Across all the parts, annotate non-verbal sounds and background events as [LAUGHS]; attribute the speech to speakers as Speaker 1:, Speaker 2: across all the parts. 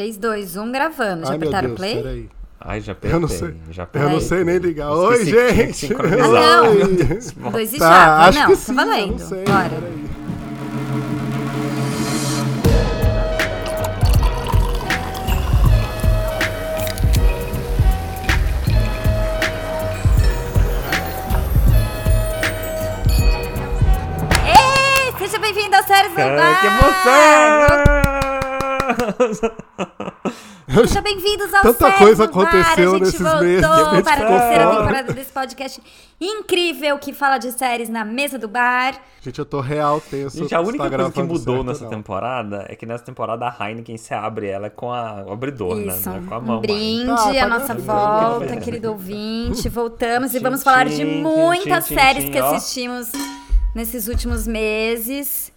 Speaker 1: 3, 2, 1, gravando. Já
Speaker 2: Ai, meu
Speaker 1: apertaram
Speaker 2: Deus,
Speaker 1: play?
Speaker 2: peraí.
Speaker 3: Ai,
Speaker 2: [LAUGHS]
Speaker 3: já
Speaker 2: Eu
Speaker 3: apertei.
Speaker 2: não sei.
Speaker 3: Já
Speaker 2: Eu não
Speaker 3: apertei.
Speaker 2: sei nem ligar.
Speaker 3: Esqueci
Speaker 2: Oi,
Speaker 3: que tinha que
Speaker 2: gente.
Speaker 3: sincronizar.
Speaker 1: Ah, não.
Speaker 2: Oi.
Speaker 1: Dois e
Speaker 2: Tá,
Speaker 1: já.
Speaker 2: acho
Speaker 1: Não,
Speaker 2: que
Speaker 1: tá
Speaker 2: sim. eu
Speaker 1: valendo.
Speaker 2: Não sei.
Speaker 1: Bora.
Speaker 2: peraí.
Speaker 1: Ê, seja bem-vindo ao Séries no
Speaker 3: Cara,
Speaker 1: Bar!
Speaker 3: que emoção! [LAUGHS]
Speaker 1: Seja bem-vindos ao
Speaker 2: Tanta
Speaker 1: Séries
Speaker 2: coisa
Speaker 1: no Bar.
Speaker 2: aconteceu
Speaker 1: A gente
Speaker 2: nesses
Speaker 1: voltou
Speaker 2: meses.
Speaker 1: para a
Speaker 3: Tá
Speaker 1: terceira
Speaker 3: fora.
Speaker 1: temporada desse podcast incrível que fala de séries na mesa do bar.
Speaker 2: Gente, eu tô real tenso.
Speaker 3: Gente, a
Speaker 2: se
Speaker 3: única
Speaker 2: tá
Speaker 3: coisa que
Speaker 2: gravando
Speaker 3: mudou
Speaker 2: certo,
Speaker 3: nessa
Speaker 2: não.
Speaker 3: temporada é que nessa temporada a Heineken se abre ela é com a, o abridor, né?
Speaker 1: Isso,
Speaker 3: Não é com a
Speaker 1: um
Speaker 3: mão. ainda.
Speaker 1: brinde,
Speaker 2: Tá, tá
Speaker 1: a nossa
Speaker 2: dando
Speaker 1: volta,
Speaker 3: brinde.
Speaker 1: querido ouvinte. Voltamos e
Speaker 3: Tchim,
Speaker 1: vamos falar de
Speaker 3: tchim, tchim,
Speaker 1: muitas
Speaker 3: tchim,
Speaker 1: séries
Speaker 3: tchim,
Speaker 1: que
Speaker 3: ó.
Speaker 1: assistimos nesses últimos meses.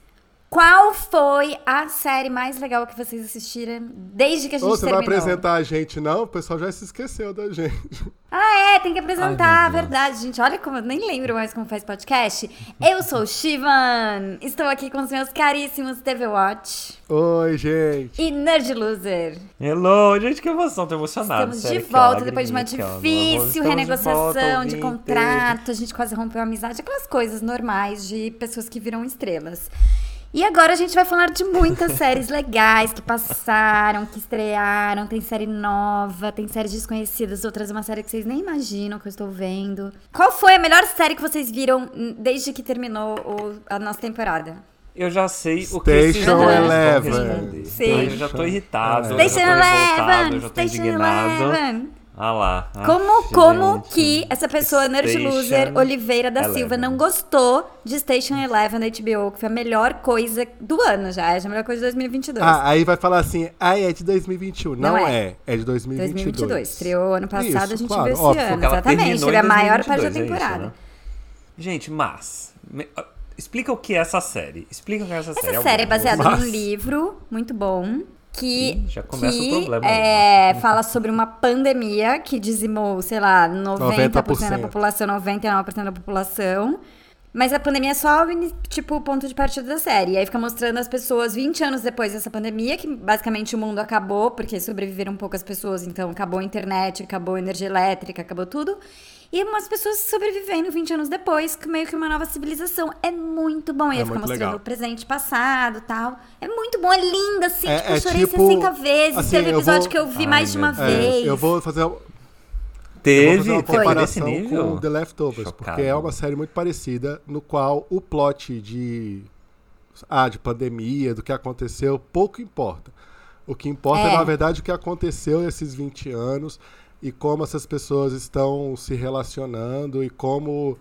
Speaker 1: Qual foi a série mais legal que vocês assistiram desde que a gente
Speaker 2: Ô, você vai
Speaker 1: terminou?
Speaker 2: apresentar a gente, não? O pessoal já se esqueceu
Speaker 1: [LAUGHS]
Speaker 2: da gente.
Speaker 1: Ah, é, tem que apresentar,
Speaker 3: Ai, meu Deus.
Speaker 1: verdade, gente. Olha como eu nem lembro mais como faz podcast. Eu sou o Shivan, estou aqui com os meus caríssimos TV Watch
Speaker 2: Oi, gente.
Speaker 1: e Nerd Loser.
Speaker 3: Hello, gente, que emoção, tô emocionado.
Speaker 1: Estamos
Speaker 3: sério,
Speaker 1: de
Speaker 3: que é uma
Speaker 1: volta depois de uma
Speaker 3: lagriminha aqui, ó, no amor.
Speaker 1: difícil
Speaker 3: Estamos
Speaker 1: renegociação
Speaker 3: volta,
Speaker 1: de,
Speaker 3: ouvintes.
Speaker 1: contrato. A gente quase rompeu a amizade, aquelas coisas normais de pessoas que viram estrelas. E agora a gente vai falar de
Speaker 3: [LAUGHS]
Speaker 1: muitas séries legais que passaram, que estrearam. Tem série nova, tem séries desconhecidas, outras é uma série que vocês nem imaginam que eu estou vendo. Qual foi a melhor série que vocês viram hum, desde que terminou o- a nossa temporada?
Speaker 3: Eu já sei o que
Speaker 2: Station
Speaker 3: esses dois vão
Speaker 2: Eleven.
Speaker 3: responder.
Speaker 1: Sim.
Speaker 3: Ai, Eu já tô irritado, eu já
Speaker 1: Station
Speaker 3: tô revoltado,
Speaker 1: Eleven!
Speaker 3: eu já tô
Speaker 1: Station
Speaker 3: indignado.
Speaker 1: Eleven!
Speaker 3: Ah lá. Ah,
Speaker 1: Como, como
Speaker 3: gente.
Speaker 1: que essa pessoa, Nerd
Speaker 3: Station
Speaker 1: Loser Oliveira da
Speaker 3: Eleven.
Speaker 1: Silva, não gostou de Station Eleven da HBO, que foi a melhor coisa do ano já, é a melhor coisa de 2022.
Speaker 2: Ah, aí vai falar assim, ah, é de 2021. Não,
Speaker 1: Não é.
Speaker 2: é. é, de 2022.
Speaker 1: 2022, estreou ano passado,
Speaker 2: Isso,
Speaker 1: a gente
Speaker 2: claro,
Speaker 1: viu esse
Speaker 2: óbvio,
Speaker 1: ano,
Speaker 3: Porque ela
Speaker 1: exatamente,
Speaker 3: terminou
Speaker 1: ele é a
Speaker 3: em
Speaker 1: maior parte da
Speaker 3: 2022, é isso,
Speaker 1: temporada.
Speaker 3: né? Gente, mas. me- ah, explica o que é essa série. Explica o que é essa, série.
Speaker 1: Essa série é
Speaker 3: alguma coisa.
Speaker 1: baseada num
Speaker 2: Mas-
Speaker 1: livro muito bom que,
Speaker 3: Ih, já começa
Speaker 1: que,
Speaker 3: o problema aí, né?
Speaker 1: é, fala sobre uma pandemia que dizimou, sei lá, 90%, da
Speaker 2: 90%.
Speaker 1: população, 99% da população. Mas a pandemia é só o ini- tipo, o ponto de partida da série. E aí fica mostrando as pessoas 20 anos depois dessa pandemia, que basicamente o mundo acabou, porque sobreviveram poucas pessoas, então acabou a internet, acabou a energia elétrica, acabou tudo. E umas pessoas sobrevivendo 20 anos depois, que meio que uma nova civilização. É muito bom. E
Speaker 2: É
Speaker 1: aí fica
Speaker 2: muito
Speaker 1: mostrando
Speaker 2: legal.
Speaker 1: o presente, passado tal. É muito bom, é linda, assim.
Speaker 2: É-
Speaker 1: tipo, eu
Speaker 2: é
Speaker 1: chorei
Speaker 2: tipo,
Speaker 1: 60 vezes.
Speaker 2: assim,
Speaker 1: Teve
Speaker 2: eu
Speaker 1: episódio
Speaker 2: vou-
Speaker 1: que eu vi
Speaker 3: Ai,
Speaker 1: mais de
Speaker 3: meu
Speaker 1: uma
Speaker 3: Deus.
Speaker 2: É,
Speaker 1: vez.
Speaker 2: eu vou fazer um- Eu vou fazer
Speaker 3: Teve,
Speaker 2: uma
Speaker 3: teve desse
Speaker 2: comparação com
Speaker 3: nível.
Speaker 2: The Leftovers,
Speaker 3: Chocado.
Speaker 2: porque é uma série muito parecida, no qual o plot de ah, de pandemia, do que aconteceu, pouco importa. O que importa é,
Speaker 1: É.
Speaker 2: na verdade, o que aconteceu esses 20 anos e como essas pessoas estão se relacionando e como.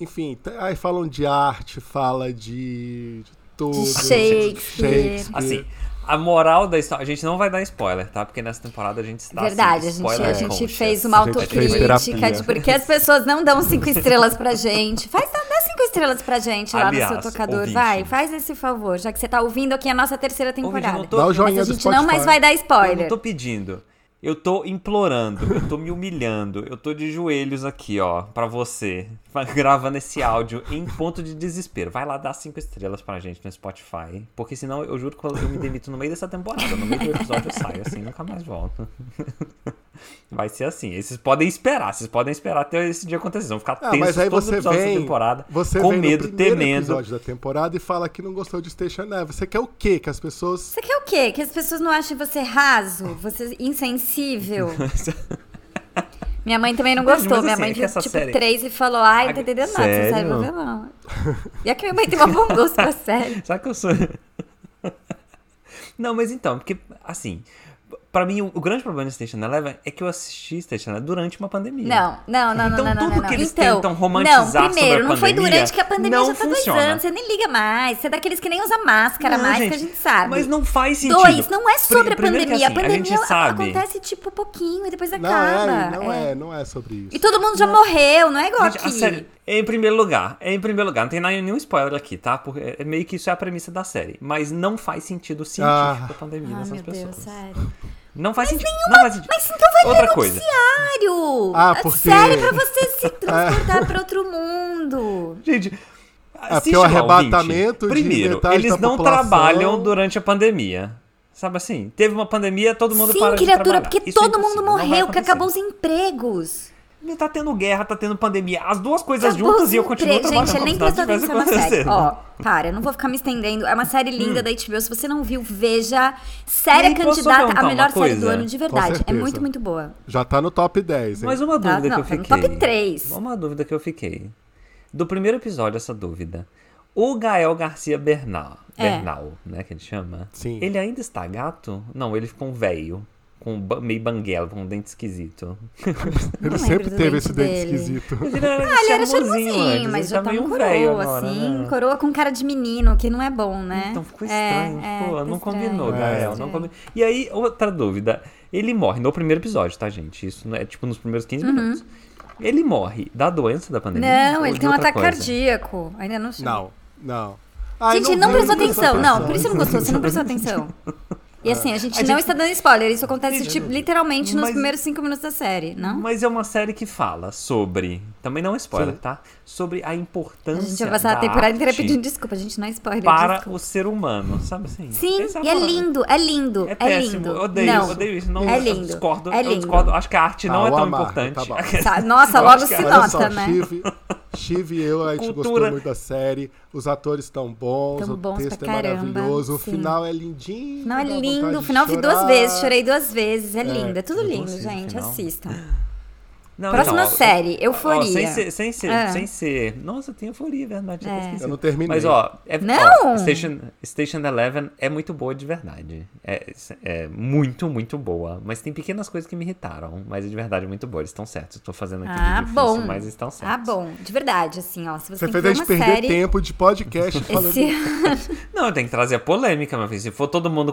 Speaker 2: Enfim, t- aí falam de arte, fala de, de tudo.
Speaker 1: De Shakespeare.
Speaker 2: Shakespeare.
Speaker 3: Assim, a moral da história. A gente não vai dar spoiler, tá? Porque nessa temporada a gente está. assim,
Speaker 1: Verdade, a gente,
Speaker 3: spoiler
Speaker 1: a gente
Speaker 3: conscious.
Speaker 1: fez uma
Speaker 2: A gente fez
Speaker 1: autocrítica
Speaker 2: terapia.
Speaker 1: de por que as pessoas não dão cinco estrelas pra gente. Faz, dá dá cinco estrelas pra gente lá
Speaker 3: Aliás,
Speaker 1: no seu tocador,
Speaker 3: ouvinte.
Speaker 1: vai. Faz esse favor, já que você tá ouvindo aqui a nossa terceira
Speaker 3: Ouvinte,
Speaker 1: temporada.
Speaker 3: eu não tô-
Speaker 2: Dá o joinha
Speaker 1: Mas a
Speaker 2: do
Speaker 1: gente não mais
Speaker 2: Spotify.
Speaker 1: vai dar
Speaker 3: Eu não
Speaker 1: spoiler.
Speaker 3: tô pedindo. Eu tô implorando, eu tô me humilhando, eu tô de joelhos aqui, ó, pra você, fa- gravando esse áudio em ponto de desespero. Vai lá dar cinco estrelas pra gente no Spotify, porque senão eu juro que eu eu me demito no meio dessa temporada, no meio do episódio eu saio assim, nunca mais volto. [LAUGHS] Vai ser assim, Aí vocês podem esperar, vocês podem esperar até esse dia acontecer, vocês vão ficar
Speaker 2: Ah,
Speaker 3: tensos
Speaker 2: mas aí
Speaker 3: todos os
Speaker 2: você
Speaker 3: episódios da
Speaker 2: vem,
Speaker 3: temporada,
Speaker 2: você
Speaker 3: com
Speaker 2: vem no
Speaker 3: medo,
Speaker 2: primeiro
Speaker 3: temendo,
Speaker 2: episódio da temporada e fala que não gostou de Station Eleven. Você quer o quê? Que as pessoas
Speaker 1: Você quer é o quê? Que as pessoas não achem você raso, você
Speaker 3: [LAUGHS]
Speaker 1: insensível. minha mãe também não
Speaker 3: Mas,
Speaker 1: gostou.
Speaker 3: mas
Speaker 1: minha
Speaker 3: assim,
Speaker 1: mãe
Speaker 3: é que
Speaker 1: viu,
Speaker 3: essa
Speaker 1: tipo,
Speaker 3: série-
Speaker 1: três e falou, ai, não tô
Speaker 3: Ah,
Speaker 1: entendendo nada, essa série
Speaker 3: sério?
Speaker 1: não vê não. E é que minha mãe tem um bom gosto pra série.
Speaker 3: Será que eu sou. Não, mas então, porque, assim, pra mim o, o grande problema de Station Eleven é que eu assisti Station Eleven durante uma pandemia.
Speaker 1: Não, não, não, não,
Speaker 3: Então
Speaker 1: não,
Speaker 3: tudo
Speaker 1: não, não.
Speaker 3: que eles
Speaker 1: então,
Speaker 3: tentam romantizar sobre
Speaker 1: Não,
Speaker 3: a
Speaker 1: primeiro, não foi
Speaker 3: pandemia
Speaker 1: durante que a pandemia
Speaker 3: não
Speaker 1: já tá
Speaker 3: funciona.
Speaker 1: dois anos, você nem liga mais. Você é daqueles que nem usa máscara
Speaker 3: Não,
Speaker 1: mais, que a gente sabe.
Speaker 3: Mas não faz sentido.
Speaker 1: Dois, não é sobre
Speaker 3: Pri-
Speaker 1: a
Speaker 3: primeiro que,
Speaker 1: pandemia. a
Speaker 3: assim,
Speaker 1: pandemia
Speaker 3: gente sabe.
Speaker 1: acontece tipo pouquinho e depois
Speaker 2: Não
Speaker 1: acaba.
Speaker 2: é, não é. não é sobre isso.
Speaker 1: E todo mundo já morreu, não é igual
Speaker 3: Gente, a
Speaker 1: aqui.
Speaker 3: série- é em primeiro lugar, em primeiro lugar, não tem na- nenhum spoiler aqui, tá? Porque é- é meio que isso é a premissa da série. Mas não faz sentido científico
Speaker 2: Ah.
Speaker 3: a pandemia
Speaker 1: Ah,
Speaker 3: dessas
Speaker 1: meu
Speaker 3: pessoas.
Speaker 1: Deus, sério.
Speaker 3: Não faz sentido. Não faz sentido.
Speaker 1: Mas então vai
Speaker 3: Outra
Speaker 1: ler
Speaker 3: coisa.
Speaker 1: noticiário.
Speaker 2: Ah,
Speaker 1: É
Speaker 2: porque-
Speaker 1: Sério, pra você
Speaker 2: [LAUGHS]
Speaker 1: se transportar pra outro mundo.
Speaker 3: Gente,
Speaker 2: porque
Speaker 3: assiste
Speaker 2: o
Speaker 3: lá,
Speaker 2: Ah, arrebatamento
Speaker 3: ouvinte.
Speaker 2: de
Speaker 3: Primeiro,
Speaker 2: metade
Speaker 3: eles
Speaker 2: da
Speaker 3: não
Speaker 2: população-
Speaker 3: trabalham durante a pandemia. Sabe assim, teve uma pandemia, todo mundo
Speaker 1: Sim,
Speaker 3: para de
Speaker 1: criatura,
Speaker 3: trabalhar.
Speaker 1: porque
Speaker 3: Isso é
Speaker 1: todo mundo
Speaker 3: impossível, não vai
Speaker 1: morreu, que
Speaker 3: acontecer.
Speaker 1: acabou os empregos.
Speaker 3: Não Tá tendo guerra, tá tendo pandemia. As duas coisas
Speaker 1: Acabou
Speaker 3: juntas
Speaker 1: os
Speaker 3: e eu continuo
Speaker 1: empregos.
Speaker 3: trabalhando.
Speaker 1: Gente, ele nem
Speaker 3: como se
Speaker 1: prestou atenção
Speaker 3: nada
Speaker 1: na
Speaker 3: tivesse
Speaker 1: série.
Speaker 3: acontecendo.
Speaker 1: Ó, para, eu não vou ficar me estendendo. É uma série linda da HBO. Se você não viu, veja. Série
Speaker 3: Hum. E posso
Speaker 1: candidata
Speaker 3: perguntar
Speaker 1: à
Speaker 3: uma
Speaker 1: melhor série do
Speaker 3: coisa?
Speaker 1: ano, de verdade. É
Speaker 2: certeza.
Speaker 1: muito, muito boa.
Speaker 2: Já tá no top 10, hein?
Speaker 3: Mas uma
Speaker 1: Tá?
Speaker 3: dúvida
Speaker 1: Não,
Speaker 3: que
Speaker 1: tá
Speaker 3: eu
Speaker 1: no
Speaker 3: fiquei.
Speaker 1: top 3.
Speaker 3: Uma dúvida que eu fiquei. Do primeiro episódio, essa dúvida. O Gael Garcia Bernal,
Speaker 1: É.
Speaker 3: Bernal, né, que ele chama?
Speaker 2: Sim.
Speaker 3: Ele ainda está gato? Não, ele ficou um velho. Com ba- meio banguelo, com um dente esquisito.
Speaker 2: Ele
Speaker 1: lembro
Speaker 2: sempre
Speaker 1: do
Speaker 2: teve
Speaker 1: dente
Speaker 2: esse dente
Speaker 1: dele.
Speaker 2: esquisito.
Speaker 1: [LAUGHS]
Speaker 3: Ele era,
Speaker 1: Ah, Ele era
Speaker 3: antes,
Speaker 1: charmosinho,
Speaker 3: ele
Speaker 1: é mas já
Speaker 3: tá
Speaker 1: tá
Speaker 3: meio
Speaker 1: um
Speaker 3: velho
Speaker 1: coroa,
Speaker 3: agora,
Speaker 1: assim.
Speaker 3: né?
Speaker 1: Coroa com cara de menino, que não é bom, né?
Speaker 3: Então
Speaker 1: É,
Speaker 3: ficou estranho,
Speaker 1: é,
Speaker 3: ficou-
Speaker 1: tá
Speaker 3: não
Speaker 1: estranho,
Speaker 3: combinou, Gael.
Speaker 1: tá
Speaker 3: Não
Speaker 1: estranho.
Speaker 3: combi... E aí, outra dúvida. Ele morre no primeiro episódio, tá, gente? Isso não é tipo nos primeiros 15 minutos. Ele morre da doença da pandemia?
Speaker 1: Uhum. Não,
Speaker 3: ou
Speaker 1: ele
Speaker 3: de
Speaker 1: tem um
Speaker 3: outra
Speaker 1: ataque
Speaker 3: coisa?
Speaker 1: cardíaco. Ainda não sei.
Speaker 2: Não, não.
Speaker 1: Gente, não, prestou atenção. Não, por isso
Speaker 2: não
Speaker 1: não gostou. Você não
Speaker 3: [LAUGHS]
Speaker 1: prestou atenção. E assim, a gente
Speaker 3: A
Speaker 1: não
Speaker 3: gente-
Speaker 1: está dando spoiler. Isso acontece
Speaker 3: Gente,
Speaker 1: tipo, literalmente nos
Speaker 3: mas-
Speaker 1: primeiros cinco minutos da série, não?
Speaker 3: Mas é uma série que fala sobre. Também não é spoiler,
Speaker 2: Sim.
Speaker 3: tá? Sobre a importância.
Speaker 1: A gente vai passar a
Speaker 3: da
Speaker 1: temporada inteira
Speaker 3: arte
Speaker 1: pedindo desculpa. A gente não é spoiler.
Speaker 3: para
Speaker 1: desculpa.
Speaker 3: o ser humano, sabe assim?
Speaker 1: Sim,
Speaker 3: Essa
Speaker 1: e é
Speaker 3: a palavra.
Speaker 1: lindo, é lindo,
Speaker 3: É
Speaker 1: é,
Speaker 3: péssimo,
Speaker 1: lindo.
Speaker 3: eu odeio,
Speaker 1: não.
Speaker 3: eu odeio isso. Não,
Speaker 1: É
Speaker 3: Eu
Speaker 1: lindo,
Speaker 3: discordo,
Speaker 1: é
Speaker 3: eu
Speaker 1: lindo.
Speaker 3: discordo. Acho que a arte
Speaker 2: Tá,
Speaker 3: não é
Speaker 2: o
Speaker 3: tão
Speaker 2: amargo,
Speaker 3: importante.
Speaker 2: tá bom.
Speaker 3: [LAUGHS]
Speaker 1: Sa- Nossa,
Speaker 3: Eu
Speaker 1: logo
Speaker 3: acho que
Speaker 1: se
Speaker 3: ela-
Speaker 2: Olha só,
Speaker 1: nota, né?
Speaker 2: Chive, Chive e eu, a gente
Speaker 3: Cultura.
Speaker 2: gostou muito da série. Os atores estão bons,
Speaker 1: Tão bons
Speaker 2: o texto é
Speaker 1: pra caramba,
Speaker 2: maravilhoso. O
Speaker 1: sim.
Speaker 2: final é lindinho.
Speaker 1: Não, é
Speaker 2: dá
Speaker 1: lindo.
Speaker 2: vontade
Speaker 1: O
Speaker 2: de
Speaker 1: final eu vi duas
Speaker 2: chorar.
Speaker 1: vezes, chorei duas vezes. É,
Speaker 2: É,
Speaker 1: lindo, é tudo
Speaker 3: eu
Speaker 1: lindo,
Speaker 3: consigo,
Speaker 1: gente.
Speaker 3: final.
Speaker 1: Assistam.
Speaker 3: Não,
Speaker 1: Próxima
Speaker 3: então, ó,
Speaker 1: série,
Speaker 3: ó,
Speaker 1: Euforia.
Speaker 3: sem ser, sem ser,
Speaker 1: Ah.
Speaker 3: sem ser. Nossa, tem euforia, é verdade. eu
Speaker 1: É.
Speaker 3: até esqueci.
Speaker 2: Eu não terminei.
Speaker 3: Mas ó, é,
Speaker 1: Não!
Speaker 3: ó, Station, Station Eleven é muito boa de verdade. É, é muito, muito boa. Mas tem pequenas coisas que me irritaram. Mas é de verdade muito boa. Eles estão certos. Estou fazendo aqui
Speaker 1: Ah,
Speaker 3: difícil,
Speaker 1: bom.
Speaker 3: mas estão certos.
Speaker 1: Ah, bom. De verdade, assim, ó. Se você,
Speaker 2: Você
Speaker 1: tem que
Speaker 2: fez
Speaker 1: ver
Speaker 2: a
Speaker 1: uma
Speaker 2: gente perder
Speaker 1: série.
Speaker 2: tempo de podcast falando.
Speaker 1: Esse...
Speaker 3: Não, tem que trazer a polêmica, meu filho. Se for todo mundo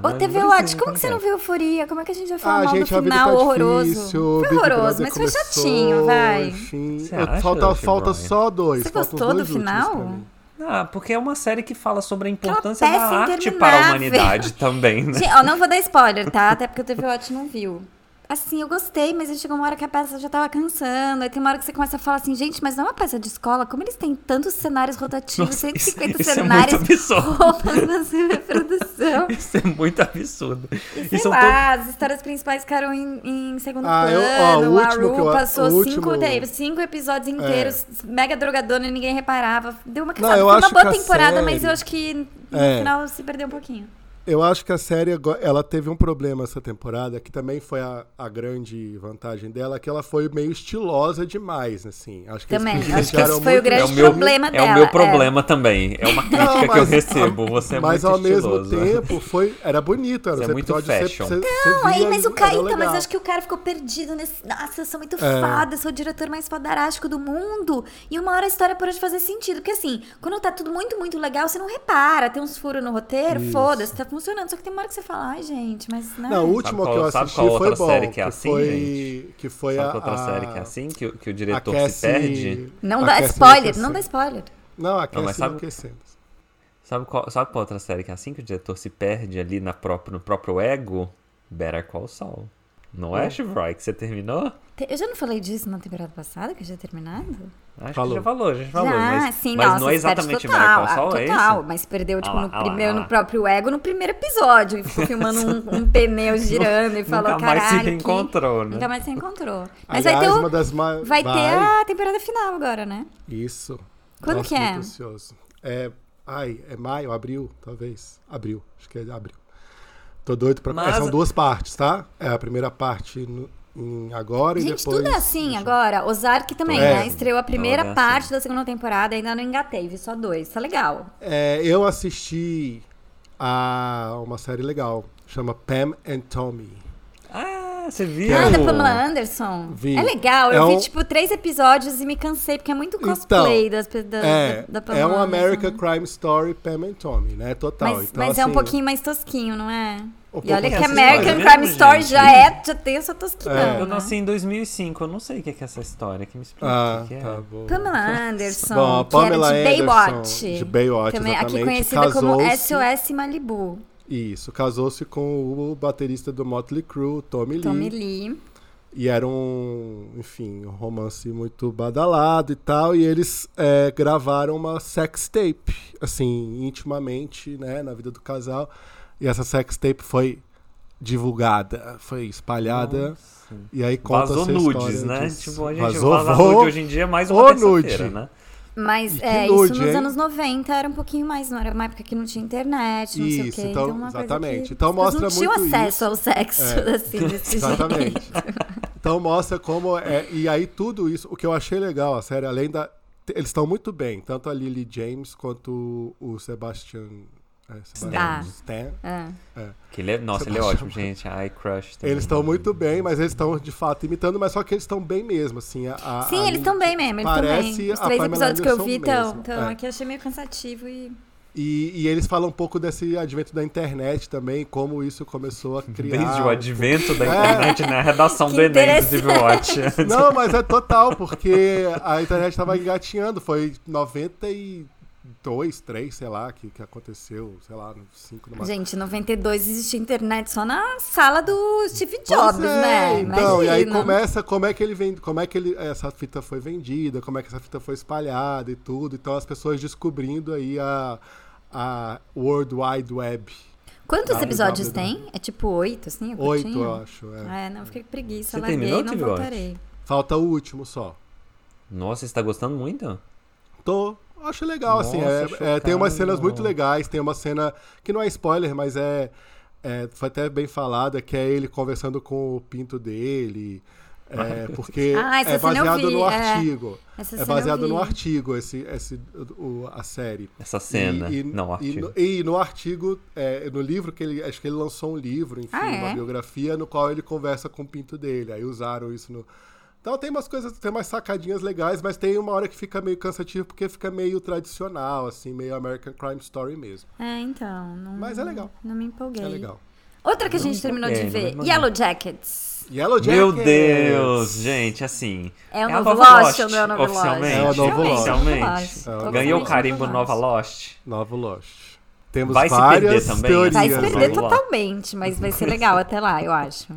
Speaker 1: [LAUGHS] Ô,
Speaker 3: não
Speaker 1: TV
Speaker 3: precisa,
Speaker 1: Watch, como
Speaker 3: não
Speaker 1: que você
Speaker 3: quer.
Speaker 1: não viu Euforia? Como é que a gente vai falar
Speaker 2: Ah,
Speaker 1: mal
Speaker 2: gente,
Speaker 1: do
Speaker 2: a vida
Speaker 1: final
Speaker 2: tá
Speaker 1: horroroso?
Speaker 2: difícil. o
Speaker 1: foi
Speaker 2: Big Brother
Speaker 1: horroroso, mas foi
Speaker 2: começou,
Speaker 1: chatinho, vai.
Speaker 2: Enfim,
Speaker 3: Você
Speaker 2: eu-
Speaker 3: acha,
Speaker 2: falta
Speaker 3: Chico
Speaker 2: falta
Speaker 3: Bryan?
Speaker 2: só dois.
Speaker 1: Você
Speaker 2: faltam os
Speaker 1: gostou
Speaker 2: dois
Speaker 1: do
Speaker 2: últimos
Speaker 1: final?
Speaker 2: pra mim.
Speaker 3: Ah, porque é uma série que fala sobre a importância da
Speaker 1: peça
Speaker 3: arte para a
Speaker 1: interminável. [LAUGHS]
Speaker 3: humanidade também, né?
Speaker 1: Gente, ó, não vou dar spoiler, tá? Até porque o TV Watch não viu. Assim, eu gostei, mas aí chegou uma hora que a peça já tava cansando. Aí tem uma hora que você começa a falar assim, gente, mas não é uma peça de escola? Como eles têm tantos cenários rotativos,
Speaker 3: Nossa, isso-
Speaker 1: 150
Speaker 3: isso é muito
Speaker 1: cenários,
Speaker 3: absurdo.
Speaker 1: roupas na
Speaker 3: [LAUGHS]
Speaker 1: reprodução.
Speaker 3: Isso é muito absurdo.
Speaker 1: E
Speaker 3: E
Speaker 1: sei
Speaker 3: são
Speaker 1: lá,
Speaker 3: to-
Speaker 1: as histórias principais ficaram em, em segundo
Speaker 2: Ah, eu- ó,
Speaker 1: plano.
Speaker 2: o
Speaker 1: a
Speaker 2: último que
Speaker 1: Ru
Speaker 2: eu-
Speaker 1: passou
Speaker 2: o
Speaker 1: cinco,
Speaker 2: último- É.
Speaker 1: daí, cinco episódios inteiros, mega drogadona e ninguém reparava. Deu uma cansada.
Speaker 2: eu
Speaker 1: Foi
Speaker 2: acho
Speaker 1: uma boa
Speaker 2: que a
Speaker 1: temporada, mas
Speaker 2: série-
Speaker 1: eu acho que no
Speaker 2: É.
Speaker 1: final se perdeu um pouquinho.
Speaker 2: Eu acho que a série agora- ela teve um problema essa temporada, que também foi a, a grande vantagem dela, que ela foi meio estilosa demais, assim. Acho que eles
Speaker 1: Também, acho que
Speaker 2: privilegiaram
Speaker 1: esse foi o
Speaker 2: muito
Speaker 1: grande
Speaker 3: é o meu
Speaker 1: problema
Speaker 3: é
Speaker 1: dela,
Speaker 3: o meu
Speaker 1: é.
Speaker 3: problema também. É uma crítica
Speaker 2: Não,
Speaker 3: que eu
Speaker 2: mas-
Speaker 3: recebo. Você é
Speaker 2: mas
Speaker 3: muito
Speaker 2: ao mesmo
Speaker 3: estiloso.
Speaker 2: tempo foi era bonito era
Speaker 3: Isso
Speaker 2: os
Speaker 3: é muito
Speaker 2: episódios você,
Speaker 3: fashion.
Speaker 2: você,
Speaker 1: Não, aí, mas o
Speaker 2: cara
Speaker 1: cara, então, mas eu acho que o cara ficou perdido nesse. Nossa, eu sou muito
Speaker 2: É.
Speaker 1: foda, eu sou o diretor mais fodarástico do mundo. E uma hora a história parou de fazer sentido. Porque assim, quando tá tudo muito, muito legal, você não repara. Tem uns furos no roteiro,
Speaker 2: Isso.
Speaker 1: foda-se, tá funcionando. Só que tem uma hora que você fala, ai, gente, mas. Né?
Speaker 2: não o último
Speaker 3: qual-
Speaker 2: que eu
Speaker 3: sabe
Speaker 2: assisti
Speaker 3: qual
Speaker 2: foi
Speaker 3: outra
Speaker 2: bom
Speaker 3: série que é assim,
Speaker 2: foi
Speaker 3: gente?
Speaker 2: que foi
Speaker 3: Sabe
Speaker 2: a,
Speaker 3: que outra
Speaker 2: a-
Speaker 3: série que é assim? Que, o- que o
Speaker 2: a
Speaker 3: diretor se
Speaker 2: Cassie-
Speaker 3: perde?
Speaker 1: Não
Speaker 2: a
Speaker 1: dá
Speaker 2: Cassie
Speaker 1: spoiler,
Speaker 3: assim.
Speaker 1: não dá
Speaker 2: enlouquecendo.
Speaker 1: spoiler.
Speaker 2: não a Cassie
Speaker 3: mas sabe-
Speaker 2: enlouquecendo
Speaker 3: Sabe qual, sabe qual outra série que é assim? Que o diretor se perde ali na própria, no próprio ego? Better Call Saul. Não
Speaker 1: Hum.
Speaker 3: é, Chivroy, que você terminou?
Speaker 1: Te- Eu já não falei disso na temporada passada, que eu já tinha terminado?
Speaker 3: Acho
Speaker 2: Falou.
Speaker 3: que já falou, já falou.
Speaker 1: já,
Speaker 3: mas
Speaker 1: sim,
Speaker 3: mas
Speaker 1: nossa,
Speaker 3: não é
Speaker 1: se perde
Speaker 3: exatamente
Speaker 1: total,
Speaker 3: Better Call
Speaker 1: ah,
Speaker 3: Saul, é
Speaker 1: total,
Speaker 3: isso?
Speaker 1: mas perdeu, tipo,
Speaker 3: Ah lá,
Speaker 1: no,
Speaker 3: ah lá,
Speaker 1: primeiro,
Speaker 3: ah lá.
Speaker 1: no próprio ego, no primeiro episódio, e ficou
Speaker 3: [LAUGHS]
Speaker 1: filmando um, um pneu girando e falou,
Speaker 3: Nunca mais
Speaker 1: caralho,
Speaker 3: se
Speaker 1: que-
Speaker 3: reencontrou, né?"
Speaker 1: Nunca mais se
Speaker 2: [LAUGHS]
Speaker 1: encontrou. Mas
Speaker 2: aliás
Speaker 1: vai ter, o-
Speaker 2: uma das ma...
Speaker 1: vai ter a temporada final agora, né?
Speaker 2: isso
Speaker 1: Quando
Speaker 2: Nossa,
Speaker 1: que é?
Speaker 2: muito ansioso. é ai é maio abril talvez abril acho que é abril tô doido pra...
Speaker 3: Mas-
Speaker 2: são duas partes tá é a primeira parte no- em agora e
Speaker 1: Gente,
Speaker 2: depois
Speaker 1: tudo é assim agora. Ozark também,
Speaker 2: É.
Speaker 1: né? Estreou a primeira
Speaker 3: Tudo é assim.
Speaker 1: parte da segunda temporada, ainda não engatei, vi só dois. Tá legal.
Speaker 2: É, eu assisti a uma série legal, chama Pam and Tommy.
Speaker 3: Ah, você viu?
Speaker 1: Ah, da Pamela Anderson.
Speaker 2: Vi.
Speaker 1: É legal, eu
Speaker 2: É um- Então,
Speaker 1: vi tipo três episódios e me cansei, porque é muito cosplay das, pe- da,
Speaker 2: é,
Speaker 1: da, da Pamela
Speaker 2: é um
Speaker 1: Anderson,
Speaker 2: American
Speaker 1: né?
Speaker 2: Crime Story Pam and Tommy, né? Total.
Speaker 1: Mas,
Speaker 2: então,
Speaker 1: mas é um
Speaker 2: assim,
Speaker 1: pouquinho mais tosquinho, não é?
Speaker 2: Um
Speaker 1: E olha
Speaker 2: pouco
Speaker 1: que
Speaker 3: mais
Speaker 1: American
Speaker 3: tosquinho.
Speaker 1: Crime
Speaker 3: Mesmo,
Speaker 1: Story
Speaker 3: gente.
Speaker 1: já é, já tem essa tosquidão.
Speaker 2: É.
Speaker 1: né?
Speaker 3: Eu nasci em 2005, eu não sei o que é que é essa história. Que me explica
Speaker 2: Ah,
Speaker 3: o que que é.
Speaker 2: tá bom.
Speaker 1: Pamela Anderson,
Speaker 2: Bom, a Pamela
Speaker 1: que era de
Speaker 2: Anderson,
Speaker 1: Baywatch.
Speaker 2: de Baywatch,
Speaker 1: também, aqui
Speaker 2: exatamente,
Speaker 1: conhecida como
Speaker 2: casou-se.
Speaker 1: SOS Malibu.
Speaker 2: Isso, casou-se com o baterista do Motley Crue, Tommy,
Speaker 1: Tommy
Speaker 2: Lee,
Speaker 1: Lee.
Speaker 2: E era um, enfim, um romance muito badalado e tal. E eles é, gravaram uma sex tape, assim, intimamente, né, na vida do casal. E essa sextape foi divulgada, foi espalhada. E aí conta
Speaker 3: Vazou
Speaker 2: essa
Speaker 3: nudes,
Speaker 2: história
Speaker 3: né?
Speaker 2: disso.
Speaker 3: Tipo, a gente
Speaker 2: Vazou,
Speaker 3: vazar
Speaker 2: vou-
Speaker 3: nude hoje em dia é mais
Speaker 2: ô,
Speaker 3: uma terça-feira,
Speaker 2: nude.
Speaker 3: né?
Speaker 2: E
Speaker 1: Mas
Speaker 2: que
Speaker 1: é,
Speaker 2: nude,
Speaker 1: isso nos
Speaker 2: hein?
Speaker 1: anos 90 era um pouquinho mais, não era uma época que não tinha internet, não sei o
Speaker 2: Isso,
Speaker 1: quê.
Speaker 2: então,
Speaker 1: Então, uma coisa
Speaker 2: exatamente.
Speaker 1: que
Speaker 2: Então
Speaker 1: as pessoas
Speaker 2: mostra
Speaker 1: não
Speaker 2: muito
Speaker 1: tinham acesso
Speaker 2: isso. É.
Speaker 1: ao sexo, assim,
Speaker 2: [LAUGHS]
Speaker 1: desse jeito.
Speaker 2: Exatamente. Então mostra como é. E aí tudo isso, o que eu achei legal, a série, além da. Eles estão muito bem, tanto a Lily James quanto o Sebastian. É, Sebastian
Speaker 1: Stan.
Speaker 2: Stan.
Speaker 1: É.
Speaker 3: Que ele é- nossa, ele é ótimo, gente. Ai, crush. também.
Speaker 2: um Eles estão muito bem, mas eles estão de fato imitando, mas só que eles estão bem mesmo, assim. A, a-
Speaker 1: Sim,
Speaker 2: a
Speaker 1: eles
Speaker 2: Lily-
Speaker 1: estão bem mesmo, eles
Speaker 2: Parece
Speaker 1: estão bem. Os
Speaker 2: a
Speaker 1: três
Speaker 2: Pamela
Speaker 1: episódios que eu vi
Speaker 2: Anderson
Speaker 1: estão.
Speaker 2: mesmo,
Speaker 1: Então,
Speaker 2: é.
Speaker 1: aqui eu achei meio cansativo e.
Speaker 2: E, e eles falam um pouco desse advento da internet também, como isso começou a criar.
Speaker 3: Desde o
Speaker 2: um É.
Speaker 3: advento da internet, né? A redação
Speaker 1: Que
Speaker 3: do Enem do
Speaker 1: interessante.
Speaker 3: Civil Watch.
Speaker 2: Não, mas é total, porque a internet estava engatinhando. Foi 92, 3, sei lá, que, que aconteceu, sei lá, 5 no máximo.
Speaker 1: Gente, em 92 existia internet só na sala do Steve
Speaker 2: Pois
Speaker 1: Jobs,
Speaker 2: é,
Speaker 1: né?
Speaker 2: Então, e aí
Speaker 1: Imagina.
Speaker 2: começa como é que ele vende, como é que ele, essa fita foi vendida, como é que essa fita foi espalhada e tudo. Então as pessoas descobrindo aí a, a World Wide Web.
Speaker 1: Quantos
Speaker 2: Www.
Speaker 1: episódios tem? É tipo oito, assim? é
Speaker 2: Ah, Oito,
Speaker 1: curtinho?
Speaker 2: eu acho. é.
Speaker 1: É, não, eu fiquei com preguiça,
Speaker 3: Você
Speaker 1: larguei
Speaker 3: terminou,
Speaker 1: e não
Speaker 3: Steve Watch?
Speaker 1: voltarei.
Speaker 2: Falta o último só.
Speaker 3: Nossa, você tá gostando muito?
Speaker 2: Tô. Acho legal, assim.
Speaker 3: Nossa,
Speaker 2: é- é, tem umas
Speaker 3: chocado.
Speaker 2: cenas muito legais. Tem uma cena que não é spoiler, mas é, é- Foi até bem falada, que é ele conversando com o pinto dele. é,
Speaker 1: [LAUGHS]
Speaker 2: porque
Speaker 1: Ah, essa
Speaker 2: é
Speaker 1: cena eu
Speaker 2: baseado
Speaker 1: vi,
Speaker 2: no
Speaker 1: é.
Speaker 2: artigo.
Speaker 1: Essa
Speaker 2: É,
Speaker 1: cena eu
Speaker 2: baseado
Speaker 1: vi.
Speaker 2: no artigo, esse, esse, o- a série.
Speaker 3: Essa cena. Não, o
Speaker 2: E,
Speaker 3: artigo.
Speaker 2: no- e no artigo, é, no livro que ele. Acho que ele lançou um livro, enfim,
Speaker 1: Ah, é?
Speaker 2: uma biografia, no qual ele conversa com o pinto dele. Aí usaram isso no. Então tem umas coisas, tem umas sacadinhas legais, mas tem uma hora que fica meio cansativo porque fica meio tradicional, assim, meio American Crime Story mesmo.
Speaker 1: É, então. Não,
Speaker 2: Mas é legal.
Speaker 1: Não me empolguei.
Speaker 2: É legal.
Speaker 1: Outra que a gente
Speaker 3: Não
Speaker 1: terminou de
Speaker 3: empolguei, não
Speaker 1: ver:
Speaker 3: me mandou.
Speaker 1: Yellow Jackets.
Speaker 2: Yellow Jackets!
Speaker 3: Meu Deus, gente, assim.
Speaker 1: É o
Speaker 3: a
Speaker 1: novo
Speaker 3: nova
Speaker 1: Lost, ou não é o novo Lost?
Speaker 3: Oficialmente.
Speaker 2: É o novo Lost.
Speaker 3: Oficialmente.
Speaker 1: É o novo
Speaker 3: Ganhou o
Speaker 1: Lost.
Speaker 3: carimbo
Speaker 1: Novo
Speaker 3: nova
Speaker 1: Lost.
Speaker 3: Lost.
Speaker 2: Novo Lost. Temos
Speaker 3: Vai se perder
Speaker 2: várias
Speaker 3: também,
Speaker 2: teorias.
Speaker 1: Vai se
Speaker 3: Dias,
Speaker 1: perder
Speaker 3: vamos lá.
Speaker 1: totalmente, mas vai ser legal até lá, eu
Speaker 3: [LAUGHS]
Speaker 1: acho.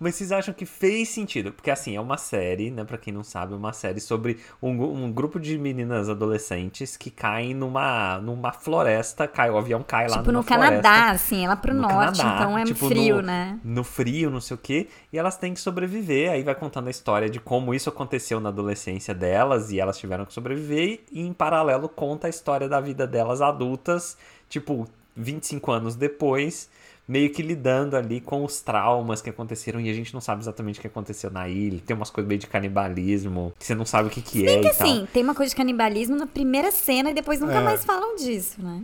Speaker 3: Mas vocês acham que fez sentido? Porque, assim, é uma série, né? Pra quem não sabe, é uma série sobre um, gru- um grupo de meninas adolescentes que caem numa, numa floresta. Cai, o avião cai lá
Speaker 1: tipo,
Speaker 3: numa
Speaker 1: no
Speaker 3: floresta.
Speaker 1: Canadá, assim, é lá pro
Speaker 3: No
Speaker 1: norte,
Speaker 3: Canadá,
Speaker 1: então é
Speaker 3: tipo,
Speaker 1: frio,
Speaker 3: no-
Speaker 1: né?
Speaker 3: no frio, não sei o quê, e elas têm que sobreviver. Aí vai contando a história de como isso aconteceu na adolescência delas e elas tiveram que sobreviver, e em paralelo conta a história da vida delas adultas, tipo, 25 anos depois, meio que lidando ali com os traumas que aconteceram e a gente não sabe exatamente o que aconteceu na ilha. Tem umas coisas meio de canibalismo, que você não sabe o que, que é
Speaker 1: Porque
Speaker 3: e tal.
Speaker 1: assim, tem uma coisa de canibalismo na primeira cena e depois nunca
Speaker 2: É.
Speaker 1: mais falam disso, né?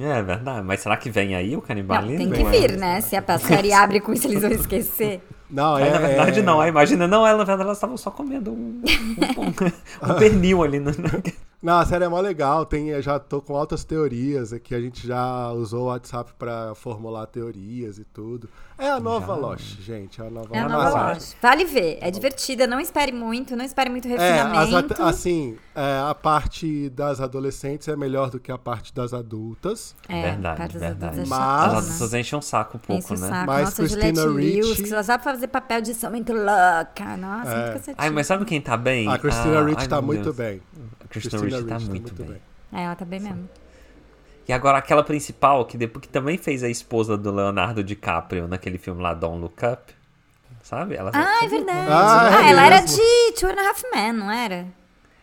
Speaker 3: É verdade, mas será que vem aí o
Speaker 1: Não,
Speaker 3: canibalismo?
Speaker 1: tem que
Speaker 3: É.
Speaker 1: vir, né? Se
Speaker 3: [LAUGHS]
Speaker 1: a série abre com isso, eles vão esquecer.
Speaker 2: Não,
Speaker 3: Mas
Speaker 2: é,
Speaker 3: na verdade
Speaker 2: é-
Speaker 3: não, aí imagina, não, ela, na verdade elas estavam só comendo um, [LAUGHS] um, um- um pernil ali. No...
Speaker 2: Não, a série é mó legal. Tem, eu já tô com altas teorias aqui. A gente já usou o WhatsApp pra formular teorias e tudo. É a nova Lost, gente. É a nova
Speaker 1: É a
Speaker 3: Vamos
Speaker 1: nova
Speaker 3: lá.
Speaker 1: Lost. Vale ver. É divertida, não espere muito, não espere muito
Speaker 2: É, as
Speaker 1: refinamento.
Speaker 2: at- assim, é, a parte das adolescentes é melhor do que a parte das adultas.
Speaker 1: É,
Speaker 3: verdade,
Speaker 1: parte das
Speaker 3: verdade.
Speaker 1: adultas é
Speaker 2: Mas-
Speaker 1: chatona.
Speaker 3: As pessoas enchem o saco um pouco,
Speaker 1: Enche o
Speaker 3: né?
Speaker 1: saco.
Speaker 2: Mas
Speaker 1: Nossa,
Speaker 2: Christina
Speaker 1: Juliette Lewis,
Speaker 2: Ricci-
Speaker 1: que só sabe fazer papel de são muito louca. Nossa,
Speaker 2: É.
Speaker 1: muito cansativo.
Speaker 3: Ai, mas sabe quem tá bem?
Speaker 2: A Christina
Speaker 3: Ah,
Speaker 2: Ricci
Speaker 3: ai,
Speaker 2: tá
Speaker 3: meu
Speaker 2: muito
Speaker 3: Deus.
Speaker 2: bem.
Speaker 3: A Christina Ricci tá muito bem.
Speaker 1: É, ela tá bem mesmo.
Speaker 3: E agora aquela principal, que depois que também fez a esposa do Leonardo DiCaprio naquele filme lá, Don't Look Up. Sabe? Ela
Speaker 1: Ah, é verdade.
Speaker 2: Ah,
Speaker 1: Ah,
Speaker 2: é
Speaker 1: ela era
Speaker 2: mesmo.
Speaker 1: de Two and a Half Men, não era?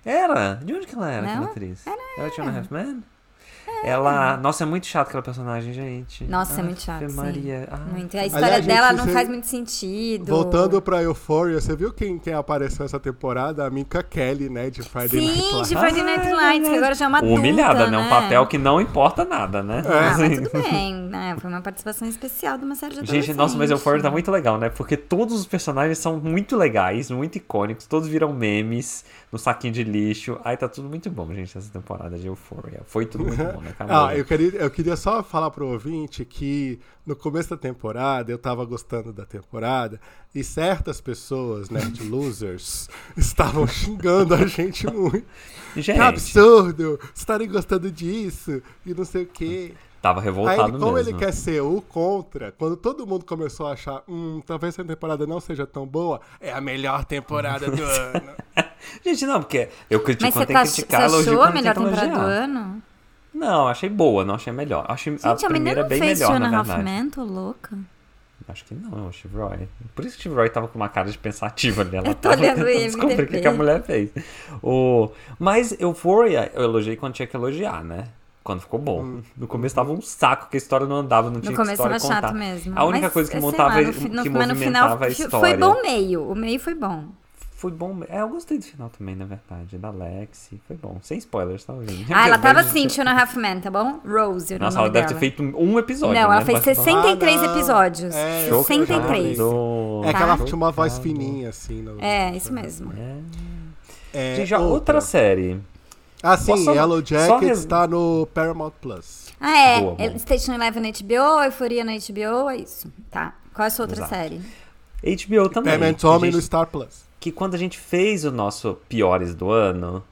Speaker 3: Era? De onde que ela era, aquela
Speaker 1: Não,
Speaker 3: atriz? Ela é era Tina Halfman? Ela. Nossa, é muito chato aquela personagem, gente.
Speaker 1: Nossa, é
Speaker 3: Ai,
Speaker 1: muito chato, sim.
Speaker 3: Maria. Ah. Ai,
Speaker 1: Muito. E A história
Speaker 2: Aliás, gente,
Speaker 1: dela não
Speaker 2: você-
Speaker 1: faz muito sentido.
Speaker 2: Voltando pra Euphoria, você viu quem, quem apareceu essa temporada? A Minka Kelly, né? De Friday Night
Speaker 1: Sim,
Speaker 2: Lights.
Speaker 1: de Friday Night
Speaker 2: Ah,
Speaker 1: Lights, que agora já é uma adulta,
Speaker 3: Humilhada, né?
Speaker 1: né?
Speaker 3: Um papel que não importa nada, né?
Speaker 2: É.
Speaker 1: Ah,
Speaker 3: Assim.
Speaker 1: mas tudo bem, né? Foi uma participação especial de uma série de
Speaker 3: Gente, nossa, mas Euphoria tá muito legal, né? Porque todos os personagens são muito legais, muito icônicos, todos viram memes no saquinho de lixo. Ai, tá tudo muito bom, gente, essa temporada de Euphoria. Foi tudo muito bom, né? Acabou.
Speaker 2: [LAUGHS] Ah, eu queria, eu queria só falar pro ouvinte que no começo da temporada, eu tava gostando da temporada, e certas pessoas, nerd losers, [LAUGHS] estavam xingando a gente muito. É
Speaker 3: Gente,
Speaker 2: absurdo! Vocês estarem gostando disso e não sei o quê.
Speaker 3: tava
Speaker 2: Aí,
Speaker 3: revoltado
Speaker 2: ele, como
Speaker 3: mesmo.
Speaker 2: ele quer ser o contra, quando todo mundo começou a achar, hum, talvez essa temporada não seja tão boa, é a melhor temporada
Speaker 3: [LAUGHS]
Speaker 2: do ano.
Speaker 3: Gente, não, porque eu critico
Speaker 1: Mas
Speaker 3: quando
Speaker 1: você,
Speaker 3: tem que
Speaker 1: tá, você
Speaker 3: criticar, elogio
Speaker 1: achou a
Speaker 3: quando tem
Speaker 1: melhor
Speaker 3: que
Speaker 1: temporada do
Speaker 3: elogiar.
Speaker 1: ano?
Speaker 3: Não, achei boa, não achei melhor. Achei
Speaker 1: Gente,
Speaker 3: a
Speaker 1: a, menina
Speaker 3: primeira é
Speaker 1: não
Speaker 3: bem
Speaker 1: fez
Speaker 3: melhor,
Speaker 1: Fiona
Speaker 3: na
Speaker 1: Half
Speaker 3: verdade.
Speaker 1: Man, tô louca.
Speaker 3: Acho que não, é o Steve Roy. Por isso que o Steve Roy tava com uma cara de pensativa ali. Ela
Speaker 1: Eu tô
Speaker 3: tava
Speaker 1: olhando o
Speaker 3: tentando descobrir o que, que a
Speaker 1: IMDb.
Speaker 3: mulher fez. O... Mas Euphoria, eu elogiei quando tinha que elogiar, né? Quando ficou bom. No começo tava um saco, que a história não andava, não Tipo, tinha
Speaker 1: No
Speaker 3: que
Speaker 1: começo
Speaker 3: história
Speaker 1: tava
Speaker 3: contar.
Speaker 1: chato mesmo.
Speaker 3: A única
Speaker 1: Mas,
Speaker 3: coisa que
Speaker 1: sei lá,
Speaker 3: montava,
Speaker 1: no fi- no-
Speaker 3: que
Speaker 1: mas no final
Speaker 3: movimentava a
Speaker 1: fi-
Speaker 3: história.
Speaker 1: Foi bom meio. O meio foi
Speaker 3: [LAUGHS]
Speaker 1: bom.
Speaker 3: Foi bom. É, eu gostei do final também, na verdade. Da Lexi. Foi bom. Sem spoilers, tá ouvindo?
Speaker 1: Ah,
Speaker 3: [LAUGHS]
Speaker 1: ela tava
Speaker 3: Mas-
Speaker 1: assim, Fiona Half Man, tá bom? Rose, era o
Speaker 3: Nossa,
Speaker 1: nome
Speaker 3: ela deve ter
Speaker 1: dela.
Speaker 3: feito um episódio.
Speaker 1: Não,
Speaker 3: né?
Speaker 1: ela fez
Speaker 3: Basta-
Speaker 1: 63
Speaker 2: Ah, não.
Speaker 1: episódios.
Speaker 2: É,
Speaker 3: Chocado.
Speaker 1: 63.
Speaker 2: É que ela
Speaker 1: Tá.
Speaker 2: tinha uma voz fininha, assim. no-
Speaker 1: É, isso mesmo.
Speaker 2: É,
Speaker 3: Gente, já outra série.
Speaker 2: Ah, sim,
Speaker 3: Posso-
Speaker 2: Yellow
Speaker 3: só
Speaker 2: Jackets
Speaker 3: res-
Speaker 2: tá no Paramount Plus.
Speaker 1: Ah, é.
Speaker 3: Boa, boa.
Speaker 1: Station Eleven na HBO, Euforia na HBO, é isso. Tá. Qual é a sua outra
Speaker 3: Exato.
Speaker 1: série?
Speaker 3: HBO também.
Speaker 2: Payment Homem
Speaker 3: Gente,
Speaker 2: É, no Star Plus.
Speaker 3: Que quando a gente fez o nosso Piores do Ano,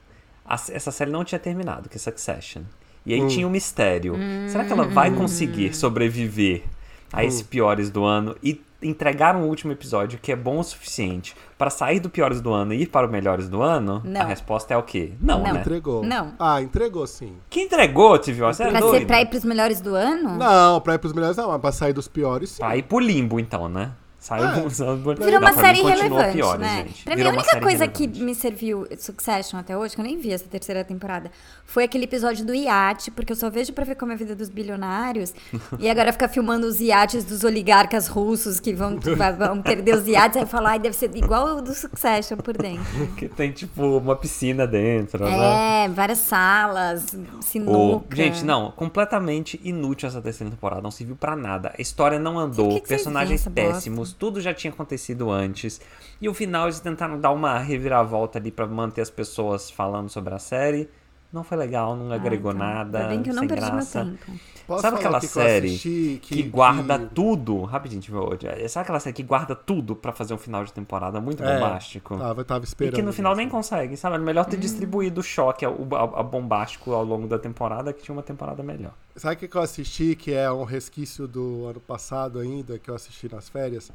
Speaker 3: a- essa série não tinha terminado, que é Succession. E aí tinha um mistério.
Speaker 1: Hum.
Speaker 3: Será que ela vai conseguir sobreviver a esse Piores do Ano e entregar um último episódio que é bom o suficiente para sair do Piores do Ano e ir para o Melhores do Ano?
Speaker 1: Não.
Speaker 3: A resposta é o quê? Não,
Speaker 1: Não.
Speaker 3: né?
Speaker 2: Entregou.
Speaker 1: Não.
Speaker 2: Ah, entregou sim.
Speaker 3: Que entregou, TV? Você é
Speaker 1: Pra,
Speaker 3: doido?
Speaker 1: ser, pra ir pros melhores do ano?
Speaker 2: Não, pra ir pros melhores não, mas pra sair dos piores sim.
Speaker 3: Vai pro limbo, então, né? Saiu
Speaker 2: É.
Speaker 3: usando...
Speaker 1: Ah. Virou
Speaker 3: Não,
Speaker 1: uma
Speaker 3: pra
Speaker 1: série
Speaker 3: mim, continua
Speaker 1: irrelevante,
Speaker 3: piores,
Speaker 1: né?
Speaker 3: gente.
Speaker 1: Pra mim,
Speaker 3: Virou
Speaker 1: a
Speaker 3: uma
Speaker 1: única
Speaker 3: série
Speaker 1: coisa que
Speaker 3: irrelevante.
Speaker 1: me serviu Succession até hoje, que eu nem vi essa terceira temporada, foi aquele episódio do iate, porque eu só vejo pra ver como é a vida dos bilionários. e agora fica filmando os iates dos oligarcas russos que vão, vão perder os iates. Aí falar, ai, deve ser igual o do Succession por dentro.
Speaker 3: Que tem, tipo, uma piscina dentro, né?
Speaker 1: É, várias salas,
Speaker 3: O...
Speaker 1: sinuca.
Speaker 3: Gente, não, completamente inútil essa terceira temporada, não serviu pra nada. A história não andou,
Speaker 1: que que vocês
Speaker 3: personagens
Speaker 1: viram essa
Speaker 3: péssimos, tudo já tinha acontecido antes. E o final eles tentaram dar uma reviravolta ali pra manter as pessoas falando sobre a série. Não foi legal, não agregou
Speaker 1: então,
Speaker 3: nada.
Speaker 1: Ainda bem que eu não
Speaker 3: sem
Speaker 1: perdi
Speaker 3: graça.
Speaker 1: meu tempo.
Speaker 2: Posso
Speaker 3: Sabe
Speaker 2: falar
Speaker 3: aquela
Speaker 2: que É. eu
Speaker 3: série
Speaker 2: assisti
Speaker 3: que, guarda tudo. Rapidinho, tipo, hoje. Sabe aquela série que guarda tudo pra fazer um final de temporada muito
Speaker 2: É.
Speaker 3: bombástico?
Speaker 2: Tava, tava
Speaker 3: E
Speaker 2: esperando.
Speaker 3: que no final nem
Speaker 2: isso.
Speaker 3: consegue, sabe? Era
Speaker 1: Hum.
Speaker 3: melhor ter distribuído o choque, o, a, a bombástico ao longo da temporada, que tinha uma temporada melhor.
Speaker 2: Sabe o que que eu assisti, que é um resquício do ano passado ainda, que eu assisti nas férias?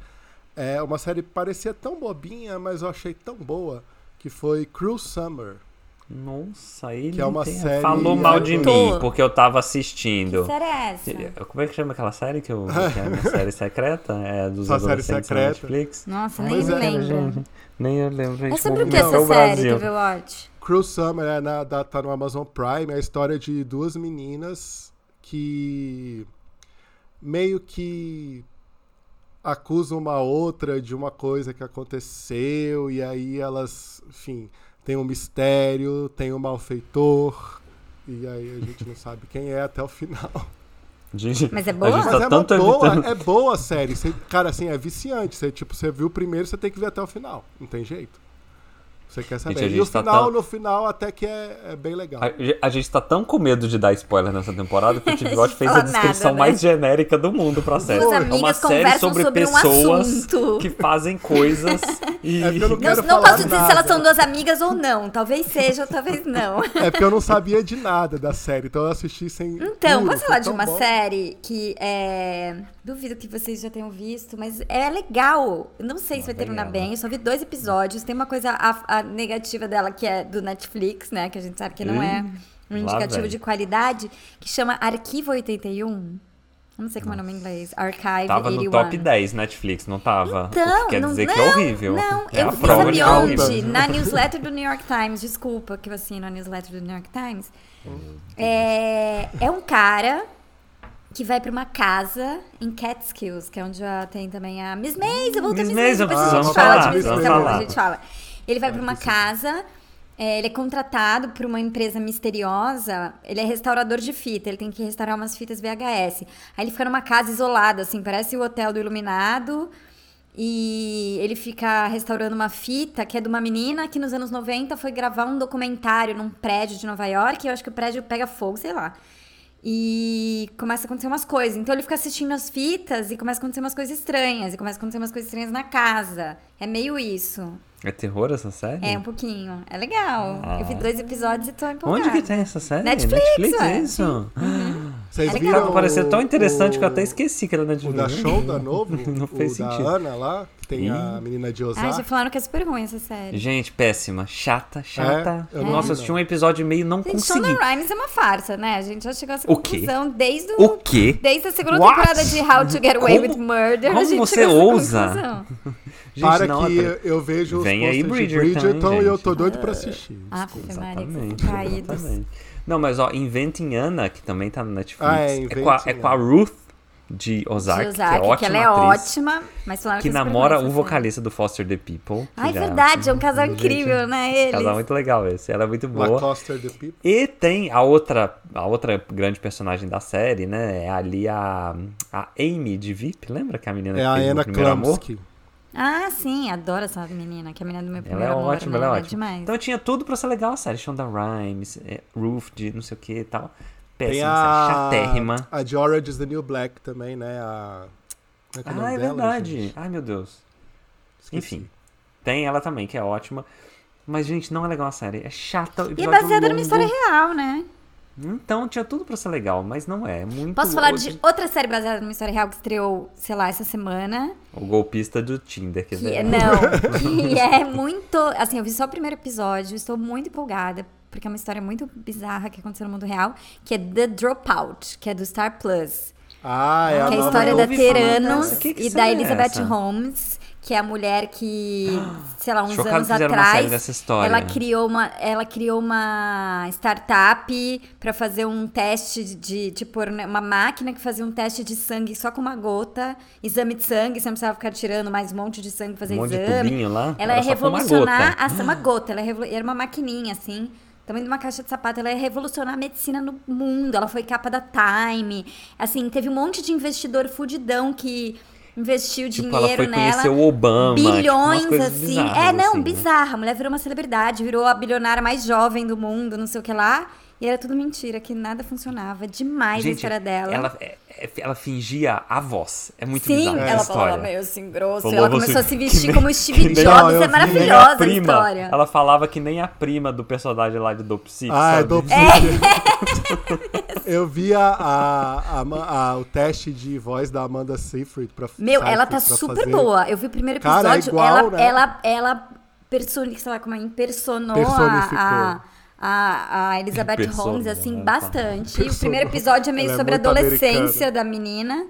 Speaker 2: É uma série que parecia tão bobinha, mas eu achei tão boa, que foi Cruel Summer.
Speaker 3: Nossa, ele
Speaker 2: Que é uma
Speaker 3: tem-
Speaker 2: série-
Speaker 3: falou mal de
Speaker 1: Tô.
Speaker 3: mim, porque eu tava
Speaker 1: Que
Speaker 3: assistindo.
Speaker 1: série é essa?
Speaker 3: Como é que chama aquela
Speaker 2: [LAUGHS]
Speaker 3: série que, eu, que é a minha série secreta? É dos
Speaker 2: Sua série
Speaker 3: adolescentes na
Speaker 2: secreta.
Speaker 3: Netflix?
Speaker 1: Nossa,
Speaker 2: Pois
Speaker 1: nem
Speaker 2: é,
Speaker 1: me lembro.
Speaker 3: Gente, Nem eu lembro, gente.
Speaker 1: É sobre o que
Speaker 2: Não, é
Speaker 1: essa
Speaker 2: o
Speaker 1: série, TV Watch?
Speaker 2: Cruel Summer é na, da- tá no Amazon Prime, é a história de duas meninas que meio que acusam uma outra de uma coisa que aconteceu, e aí elas, enfim, tem um mistério, tem um malfeitor, e aí a gente não sabe quem é até o final.
Speaker 3: Gente,
Speaker 1: Mas é
Speaker 3: A
Speaker 1: boa?
Speaker 3: gente tá
Speaker 2: Mas é uma
Speaker 3: tanto evitando...
Speaker 2: boa, é boa a série. Você- cara, assim, é viciante. Você, tipo, você viu o primeiro, você tem que ver até o final. Não tem jeito. Você quer saber.
Speaker 3: Gente, a
Speaker 2: e o
Speaker 3: gente tá
Speaker 2: final,
Speaker 3: tão-
Speaker 2: no final, até que é, é bem legal.
Speaker 3: A, a gente tá tão com medo de dar spoiler nessa temporada que o Tim
Speaker 1: A gente [LAUGHS]
Speaker 3: Watch fez a
Speaker 1: fala nada,
Speaker 3: descrição
Speaker 1: né?
Speaker 3: mais genérica do mundo pra série.
Speaker 1: Duas
Speaker 3: é uma
Speaker 1: amigas
Speaker 3: série
Speaker 1: conversam
Speaker 3: sobre,
Speaker 1: sobre um
Speaker 3: pessoas
Speaker 1: assunto.
Speaker 3: que
Speaker 1: [LAUGHS]
Speaker 3: fazem coisas e.
Speaker 2: É porque eu não
Speaker 1: Não,
Speaker 2: quero
Speaker 1: não
Speaker 2: falar
Speaker 1: posso dizer se
Speaker 2: nada.
Speaker 1: elas são duas amigas ou não. Talvez seja, talvez
Speaker 3: [LAUGHS]
Speaker 1: não.
Speaker 2: É porque eu não sabia de nada da série, então eu assisti sem.
Speaker 1: Então,
Speaker 2: puro,
Speaker 1: posso
Speaker 2: foi
Speaker 1: falar de
Speaker 2: tão
Speaker 1: uma
Speaker 2: bom.
Speaker 1: série que é. Duvido que vocês já tenham visto, mas é legal. Eu Não sei se vai
Speaker 3: vem
Speaker 1: terminar
Speaker 3: ela.
Speaker 1: bem. Eu só vi dois episódios. Tem uma coisa a, a negativa dela que é do Netflix, né? Que a gente sabe que não é um
Speaker 3: Ih, lá
Speaker 1: indicativo
Speaker 3: vem.
Speaker 1: de qualidade, que chama Arquivo 81. Eu Não sei como é o nome em inglês. Archive
Speaker 3: Tava
Speaker 1: 81.
Speaker 3: no top 10 Netflix, não tava? o
Speaker 1: Então,
Speaker 3: que quer
Speaker 1: não,
Speaker 3: dizer
Speaker 1: não,
Speaker 3: que é horrível.
Speaker 1: Não,
Speaker 3: é
Speaker 1: eu
Speaker 3: a
Speaker 1: vi,
Speaker 3: prova
Speaker 1: sabe
Speaker 3: de
Speaker 2: horrível.
Speaker 1: onde? Na newsletter do New York Times, desculpa que eu assino a newsletter do New York Times. É, é um cara que vai pra uma casa em Catskills, que é onde já tem também a Miss Maisel, voltou
Speaker 3: Miss
Speaker 1: Miss Maisel,
Speaker 3: Maisel,
Speaker 1: depois a gente
Speaker 2: vamos
Speaker 1: fala
Speaker 2: falar,
Speaker 1: de Miss
Speaker 2: vamos
Speaker 1: Maisel, tá bom,
Speaker 2: falar.
Speaker 1: a gente fala. Ele vai pra uma casa, é, ele é contratado por uma empresa misteriosa, ele é restaurador de fita, ele tem que restaurar umas fitas VHS. Aí ele fica numa casa isolada, assim, parece o hotel do Iluminado, e ele fica restaurando uma fita que é de uma menina que nos anos 90 foi gravar um documentário num prédio de Nova York, e eu acho que o prédio pega fogo, sei lá. E começa a acontecer umas coisas. Então ele fica assistindo as fitas e começa a acontecer umas coisas estranhas. E começa a acontecer umas coisas estranhas na casa. É meio isso.
Speaker 3: É terror essa série?
Speaker 1: É, um pouquinho. É legal. Eu vi dois episódios e tô empolgada.
Speaker 3: Onde que tem essa série?
Speaker 1: Netflix,
Speaker 3: Netflix
Speaker 1: ué. Uhum.
Speaker 3: isso?
Speaker 2: Vocês
Speaker 1: Ela
Speaker 2: viram.
Speaker 1: acaba
Speaker 3: Pareceu tão
Speaker 2: o-
Speaker 3: interessante que eu até
Speaker 2: o-
Speaker 3: esqueci que era na
Speaker 2: O da show da Novo?
Speaker 3: [LAUGHS] Não fez
Speaker 2: o da
Speaker 3: sentido.
Speaker 2: Ana lá, que tem a menina de
Speaker 1: Ai, já
Speaker 2: Osaka.
Speaker 1: falaram que é super ruim essa série.
Speaker 3: Gente, péssima. Chata, chata.
Speaker 2: É, eu não vi,
Speaker 3: Nossa, eu assisti
Speaker 2: não.
Speaker 3: um episódio e meio não
Speaker 1: Gente,
Speaker 3: consegui.
Speaker 1: Shonda Rhimes é uma farsa, né? A gente já chegou a essa
Speaker 3: O quê?
Speaker 1: conclusão desde o,
Speaker 3: O quê?
Speaker 1: Desde a segunda
Speaker 3: What?
Speaker 1: temporada de How to Get Away
Speaker 3: Como-
Speaker 1: with Murder,
Speaker 3: como
Speaker 1: a gente
Speaker 3: você
Speaker 1: chegou a essa
Speaker 3: ousa?
Speaker 1: conclusão.
Speaker 3: Gente,
Speaker 2: Para
Speaker 3: não,
Speaker 2: que
Speaker 3: é
Speaker 2: eu, eu vejo os
Speaker 3: Vem aí
Speaker 2: posters de
Speaker 3: Bridgerton, hein,
Speaker 2: Bridgerton e eu
Speaker 3: gente?
Speaker 2: tô doido pra assistir.
Speaker 1: Aff, Maria, que tá vocês
Speaker 3: Exatamente,
Speaker 1: são caídos.
Speaker 3: exatamente. Não, mas ó, Inventing Anna, que também tá no Netflix,
Speaker 2: Ah, é,
Speaker 3: é,
Speaker 2: Inventing
Speaker 3: com a, é com a
Speaker 2: Anna.
Speaker 3: Ruth de Ozark,
Speaker 1: De Ozark,
Speaker 3: que é
Speaker 1: que, ela
Speaker 3: ótima
Speaker 1: é
Speaker 3: atriz,
Speaker 1: ótima, mas falaram que,
Speaker 3: que
Speaker 1: é super
Speaker 3: namora
Speaker 1: ruim
Speaker 3: o
Speaker 1: essa
Speaker 3: vocalista do Foster the People. que
Speaker 1: série. Ai,
Speaker 3: já-
Speaker 1: verdade, é um casal
Speaker 3: Gente,
Speaker 1: incrível, né? Eles.
Speaker 3: Casal muito legal esse, ela é muito boa.
Speaker 2: Lacoste the People.
Speaker 3: E tem a outra, a outra grande personagem da série, né? É ali a, a Amy de VIP, lembra que a menina
Speaker 2: É
Speaker 3: que
Speaker 2: a
Speaker 3: fez o
Speaker 2: Ana
Speaker 3: primeiro amor?
Speaker 2: Klamski.
Speaker 1: Ah, sim, adoro essa menina, que é a menina do meu
Speaker 3: Ela
Speaker 1: primeiro
Speaker 3: é
Speaker 1: amor,
Speaker 3: ótima,
Speaker 1: né?
Speaker 3: ela é ótima.
Speaker 1: demais.
Speaker 3: Então tinha tudo pra ser legal a série. Shonda Rhimes, é, Ruth de não sei o que e tal.
Speaker 2: Tem
Speaker 3: Péssima, série,
Speaker 2: a,
Speaker 3: chatérrima.
Speaker 2: a de Orange is the New Black também, né? A, como que o
Speaker 3: Ah,
Speaker 2: nome
Speaker 3: é
Speaker 2: dela,
Speaker 3: verdade.
Speaker 2: gente?
Speaker 3: Ai, meu Deus.
Speaker 2: Esqueci.
Speaker 3: Enfim. Tem ela também, que é ótima. Mas, gente, não é legal a série. É chata. o
Speaker 1: E é
Speaker 3: episódio
Speaker 1: baseada
Speaker 3: longo.
Speaker 1: numa história real, né?
Speaker 3: Então tinha tudo pra ser legal, mas não é. É Muito
Speaker 1: Posso falar
Speaker 3: hoje-
Speaker 1: de outra série baseada numa história real que estreou, sei lá, essa semana?
Speaker 3: O golpista do Tinder, quer
Speaker 1: Que,
Speaker 3: dizer. né?
Speaker 1: não,
Speaker 3: [LAUGHS]
Speaker 1: que é muito. Assim, eu vi só o primeiro episódio, estou muito empolgada, porque é uma história muito bizarra que aconteceu no mundo real, que é The Dropout, que é do Star Plus.
Speaker 2: Ah, é a
Speaker 1: que é a
Speaker 2: nova
Speaker 1: história da
Speaker 3: eu ouvi falar
Speaker 1: Teranos
Speaker 3: dessa. Que que
Speaker 1: e da
Speaker 3: série é
Speaker 1: Elizabeth
Speaker 3: essa?
Speaker 1: Holmes, que é a mulher que, sei lá, uns
Speaker 3: Chocado
Speaker 1: anos
Speaker 3: que fizeram uma série
Speaker 1: atrás,
Speaker 3: dessa história.
Speaker 1: ela criou uma, ela criou uma startup pra fazer um teste de, de pôr né, uma máquina que fazia um teste de sangue só com uma gota, exame de sangue, você não precisava ficar tirando mais um monte de sangue pra fazer
Speaker 3: Um monte de
Speaker 1: exame.
Speaker 3: tubinho lá.
Speaker 1: Ela
Speaker 3: era
Speaker 1: é
Speaker 3: só com uma
Speaker 1: revolucionar
Speaker 3: gota.
Speaker 1: a uma gota, ela é revolu- era uma maquininha assim, também de uma caixa de sapato, ela é revolucionar a medicina no mundo. Ela foi capa da Time. Assim, teve um monte de investidor fudidão que investiu
Speaker 3: Tipo,
Speaker 1: dinheiro
Speaker 3: ela foi
Speaker 1: nela.
Speaker 3: conhecer o Obama. tipo, umas
Speaker 1: Bilhões,
Speaker 3: coisas
Speaker 1: assim.
Speaker 3: bizarras,
Speaker 1: É, não,
Speaker 3: assim, né?
Speaker 1: bizarra. A mulher virou uma celebridade, virou a bilionária mais jovem do mundo, não sei o que lá. E era tudo mentira, que nada funcionava. Demais a
Speaker 3: Gente,
Speaker 1: história dela.
Speaker 3: Ela, é- é- ela fingia a voz. É muito
Speaker 1: Sim,
Speaker 3: bizarro essa
Speaker 1: ela
Speaker 3: história.
Speaker 1: falava meio assim, grosso.
Speaker 3: Falou,
Speaker 1: ela
Speaker 3: você-
Speaker 1: começou a se
Speaker 3: que
Speaker 1: vestir
Speaker 3: nem-
Speaker 1: como Steve
Speaker 3: que nem-
Speaker 2: Não, eu
Speaker 1: Jobs. É
Speaker 2: vi.
Speaker 3: Nem
Speaker 1: maravilhosa
Speaker 3: a
Speaker 1: a,
Speaker 3: né? prima.
Speaker 1: história.
Speaker 3: Ela falava que nem a prima do personagem lá de Dope Six,
Speaker 2: Ah, é
Speaker 3: sabe?
Speaker 2: do [LAUGHS] Eu vi a, a- a Ma- a- o teste de voz da Amanda Seyfried pra
Speaker 1: Meu, ela tá
Speaker 2: Seyfried pra
Speaker 1: super
Speaker 2: fazer-
Speaker 1: boa. Eu vi o primeiro
Speaker 2: Cara, é
Speaker 1: episódio,
Speaker 2: igual,
Speaker 1: ela,
Speaker 2: né?
Speaker 1: ela, ela personi, sei lá como é, impersonou
Speaker 2: Personificou.
Speaker 1: a, a, a, a Elizabeth
Speaker 3: Impersonou,
Speaker 1: Holmes, assim,
Speaker 3: né?
Speaker 1: bastante. E O
Speaker 2: Impersonou.
Speaker 1: primeiro episódio é meio
Speaker 2: Ela é
Speaker 1: sobre a
Speaker 2: muito
Speaker 1: adolescência
Speaker 2: americana.
Speaker 1: da menina.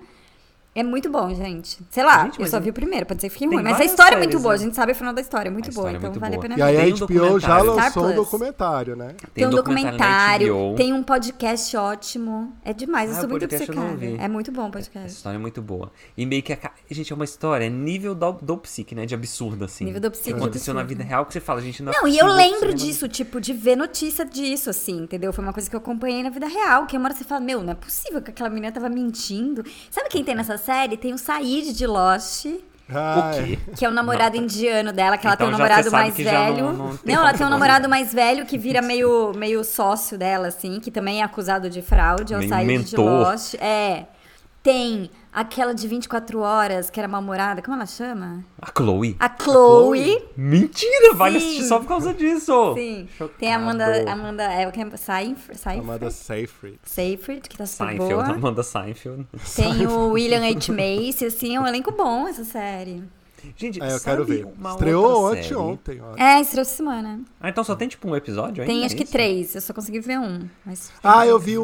Speaker 1: É muito bom, gente. Sei lá,
Speaker 3: Gente,
Speaker 1: eu
Speaker 3: mas
Speaker 2: é
Speaker 1: só
Speaker 3: tem-
Speaker 1: vi o primeiro, pra dizer que fiquei
Speaker 3: tem
Speaker 1: ruim. Mas a
Speaker 3: várias
Speaker 1: história é muito
Speaker 3: séries,
Speaker 1: boa, a
Speaker 3: né?
Speaker 1: gente sabe o final da história, é muito
Speaker 3: A
Speaker 1: boa,
Speaker 3: história é
Speaker 1: então
Speaker 3: muito
Speaker 1: vale a
Speaker 3: boa.
Speaker 1: pena
Speaker 2: E aí
Speaker 1: ver.
Speaker 2: a
Speaker 3: Tem um
Speaker 2: HBO já
Speaker 3: documentário.
Speaker 2: lançou um
Speaker 1: Star Plus.
Speaker 2: documentário, né?
Speaker 1: Tem um
Speaker 3: na HBO.
Speaker 1: documentário, tem um podcast ótimo. É demais,
Speaker 3: Ah,
Speaker 1: eu sou
Speaker 3: o
Speaker 1: muito
Speaker 3: podcast eu não
Speaker 1: obcecada.
Speaker 3: vi.
Speaker 1: É muito bom o
Speaker 3: Essa
Speaker 1: podcast.
Speaker 3: história é muito boa. E meio que a. ca- Gente, é uma história, é nível do, do psique, né? De absurdo, assim.
Speaker 1: Nível do psique,
Speaker 3: Que aconteceu
Speaker 1: absurdo.
Speaker 3: na vida real que você fala, gente, não. é
Speaker 1: Não, e eu
Speaker 3: possível
Speaker 1: lembro
Speaker 3: que isso-
Speaker 1: disso, tipo, de ver notícia disso, assim, entendeu? Foi uma coisa que eu acompanhei na vida real, que uma hora você fala, meu, não é possível que aquela menina tava mentindo. Sabe quem tem nessa série? Tem o Said de Lost,
Speaker 2: Ah,
Speaker 3: O quê?
Speaker 1: que é o namorado indiano dela, que ela tem um
Speaker 3: tá. Então já
Speaker 1: namorado
Speaker 3: você sabe
Speaker 1: mais
Speaker 3: que já
Speaker 1: velho.
Speaker 3: não- não tem
Speaker 1: ela tem um
Speaker 3: como falar.
Speaker 1: namorado mais velho que vira meio, meio sócio dela, assim, que também é acusado de fraude, é o
Speaker 3: Meio
Speaker 1: Said de
Speaker 3: mentor.
Speaker 1: Lost. É. Tem aquela de 24 horas, que era mal-humorada, como ela chama?
Speaker 3: A Chloe.
Speaker 1: A Chloe.
Speaker 3: Mentira, vale
Speaker 1: Sim.
Speaker 3: assistir só por causa disso.
Speaker 1: Sim. Tem a Amanda. Amanda. É, o que é Seinf-
Speaker 2: é.
Speaker 1: Seinf-
Speaker 2: Amanda Seyfried.
Speaker 1: Seyfried, que tá super
Speaker 3: Seinfeld,
Speaker 1: boa.
Speaker 3: Amanda Seinfeld.
Speaker 1: Tem o William H. Macy, assim, é um elenco bom essa série.
Speaker 3: Gente,
Speaker 2: É, eu
Speaker 3: sabe
Speaker 2: quero ver.
Speaker 3: uma
Speaker 2: Estreou
Speaker 3: outra série?
Speaker 2: anteontem, ó.
Speaker 1: É, estreou essa semana.
Speaker 3: Ah, então só tem tipo um episódio ainda?
Speaker 1: Tem acho
Speaker 3: é
Speaker 1: que
Speaker 3: isso?
Speaker 1: três, eu só consegui ver um. Mas...
Speaker 2: Ah, eu vi um,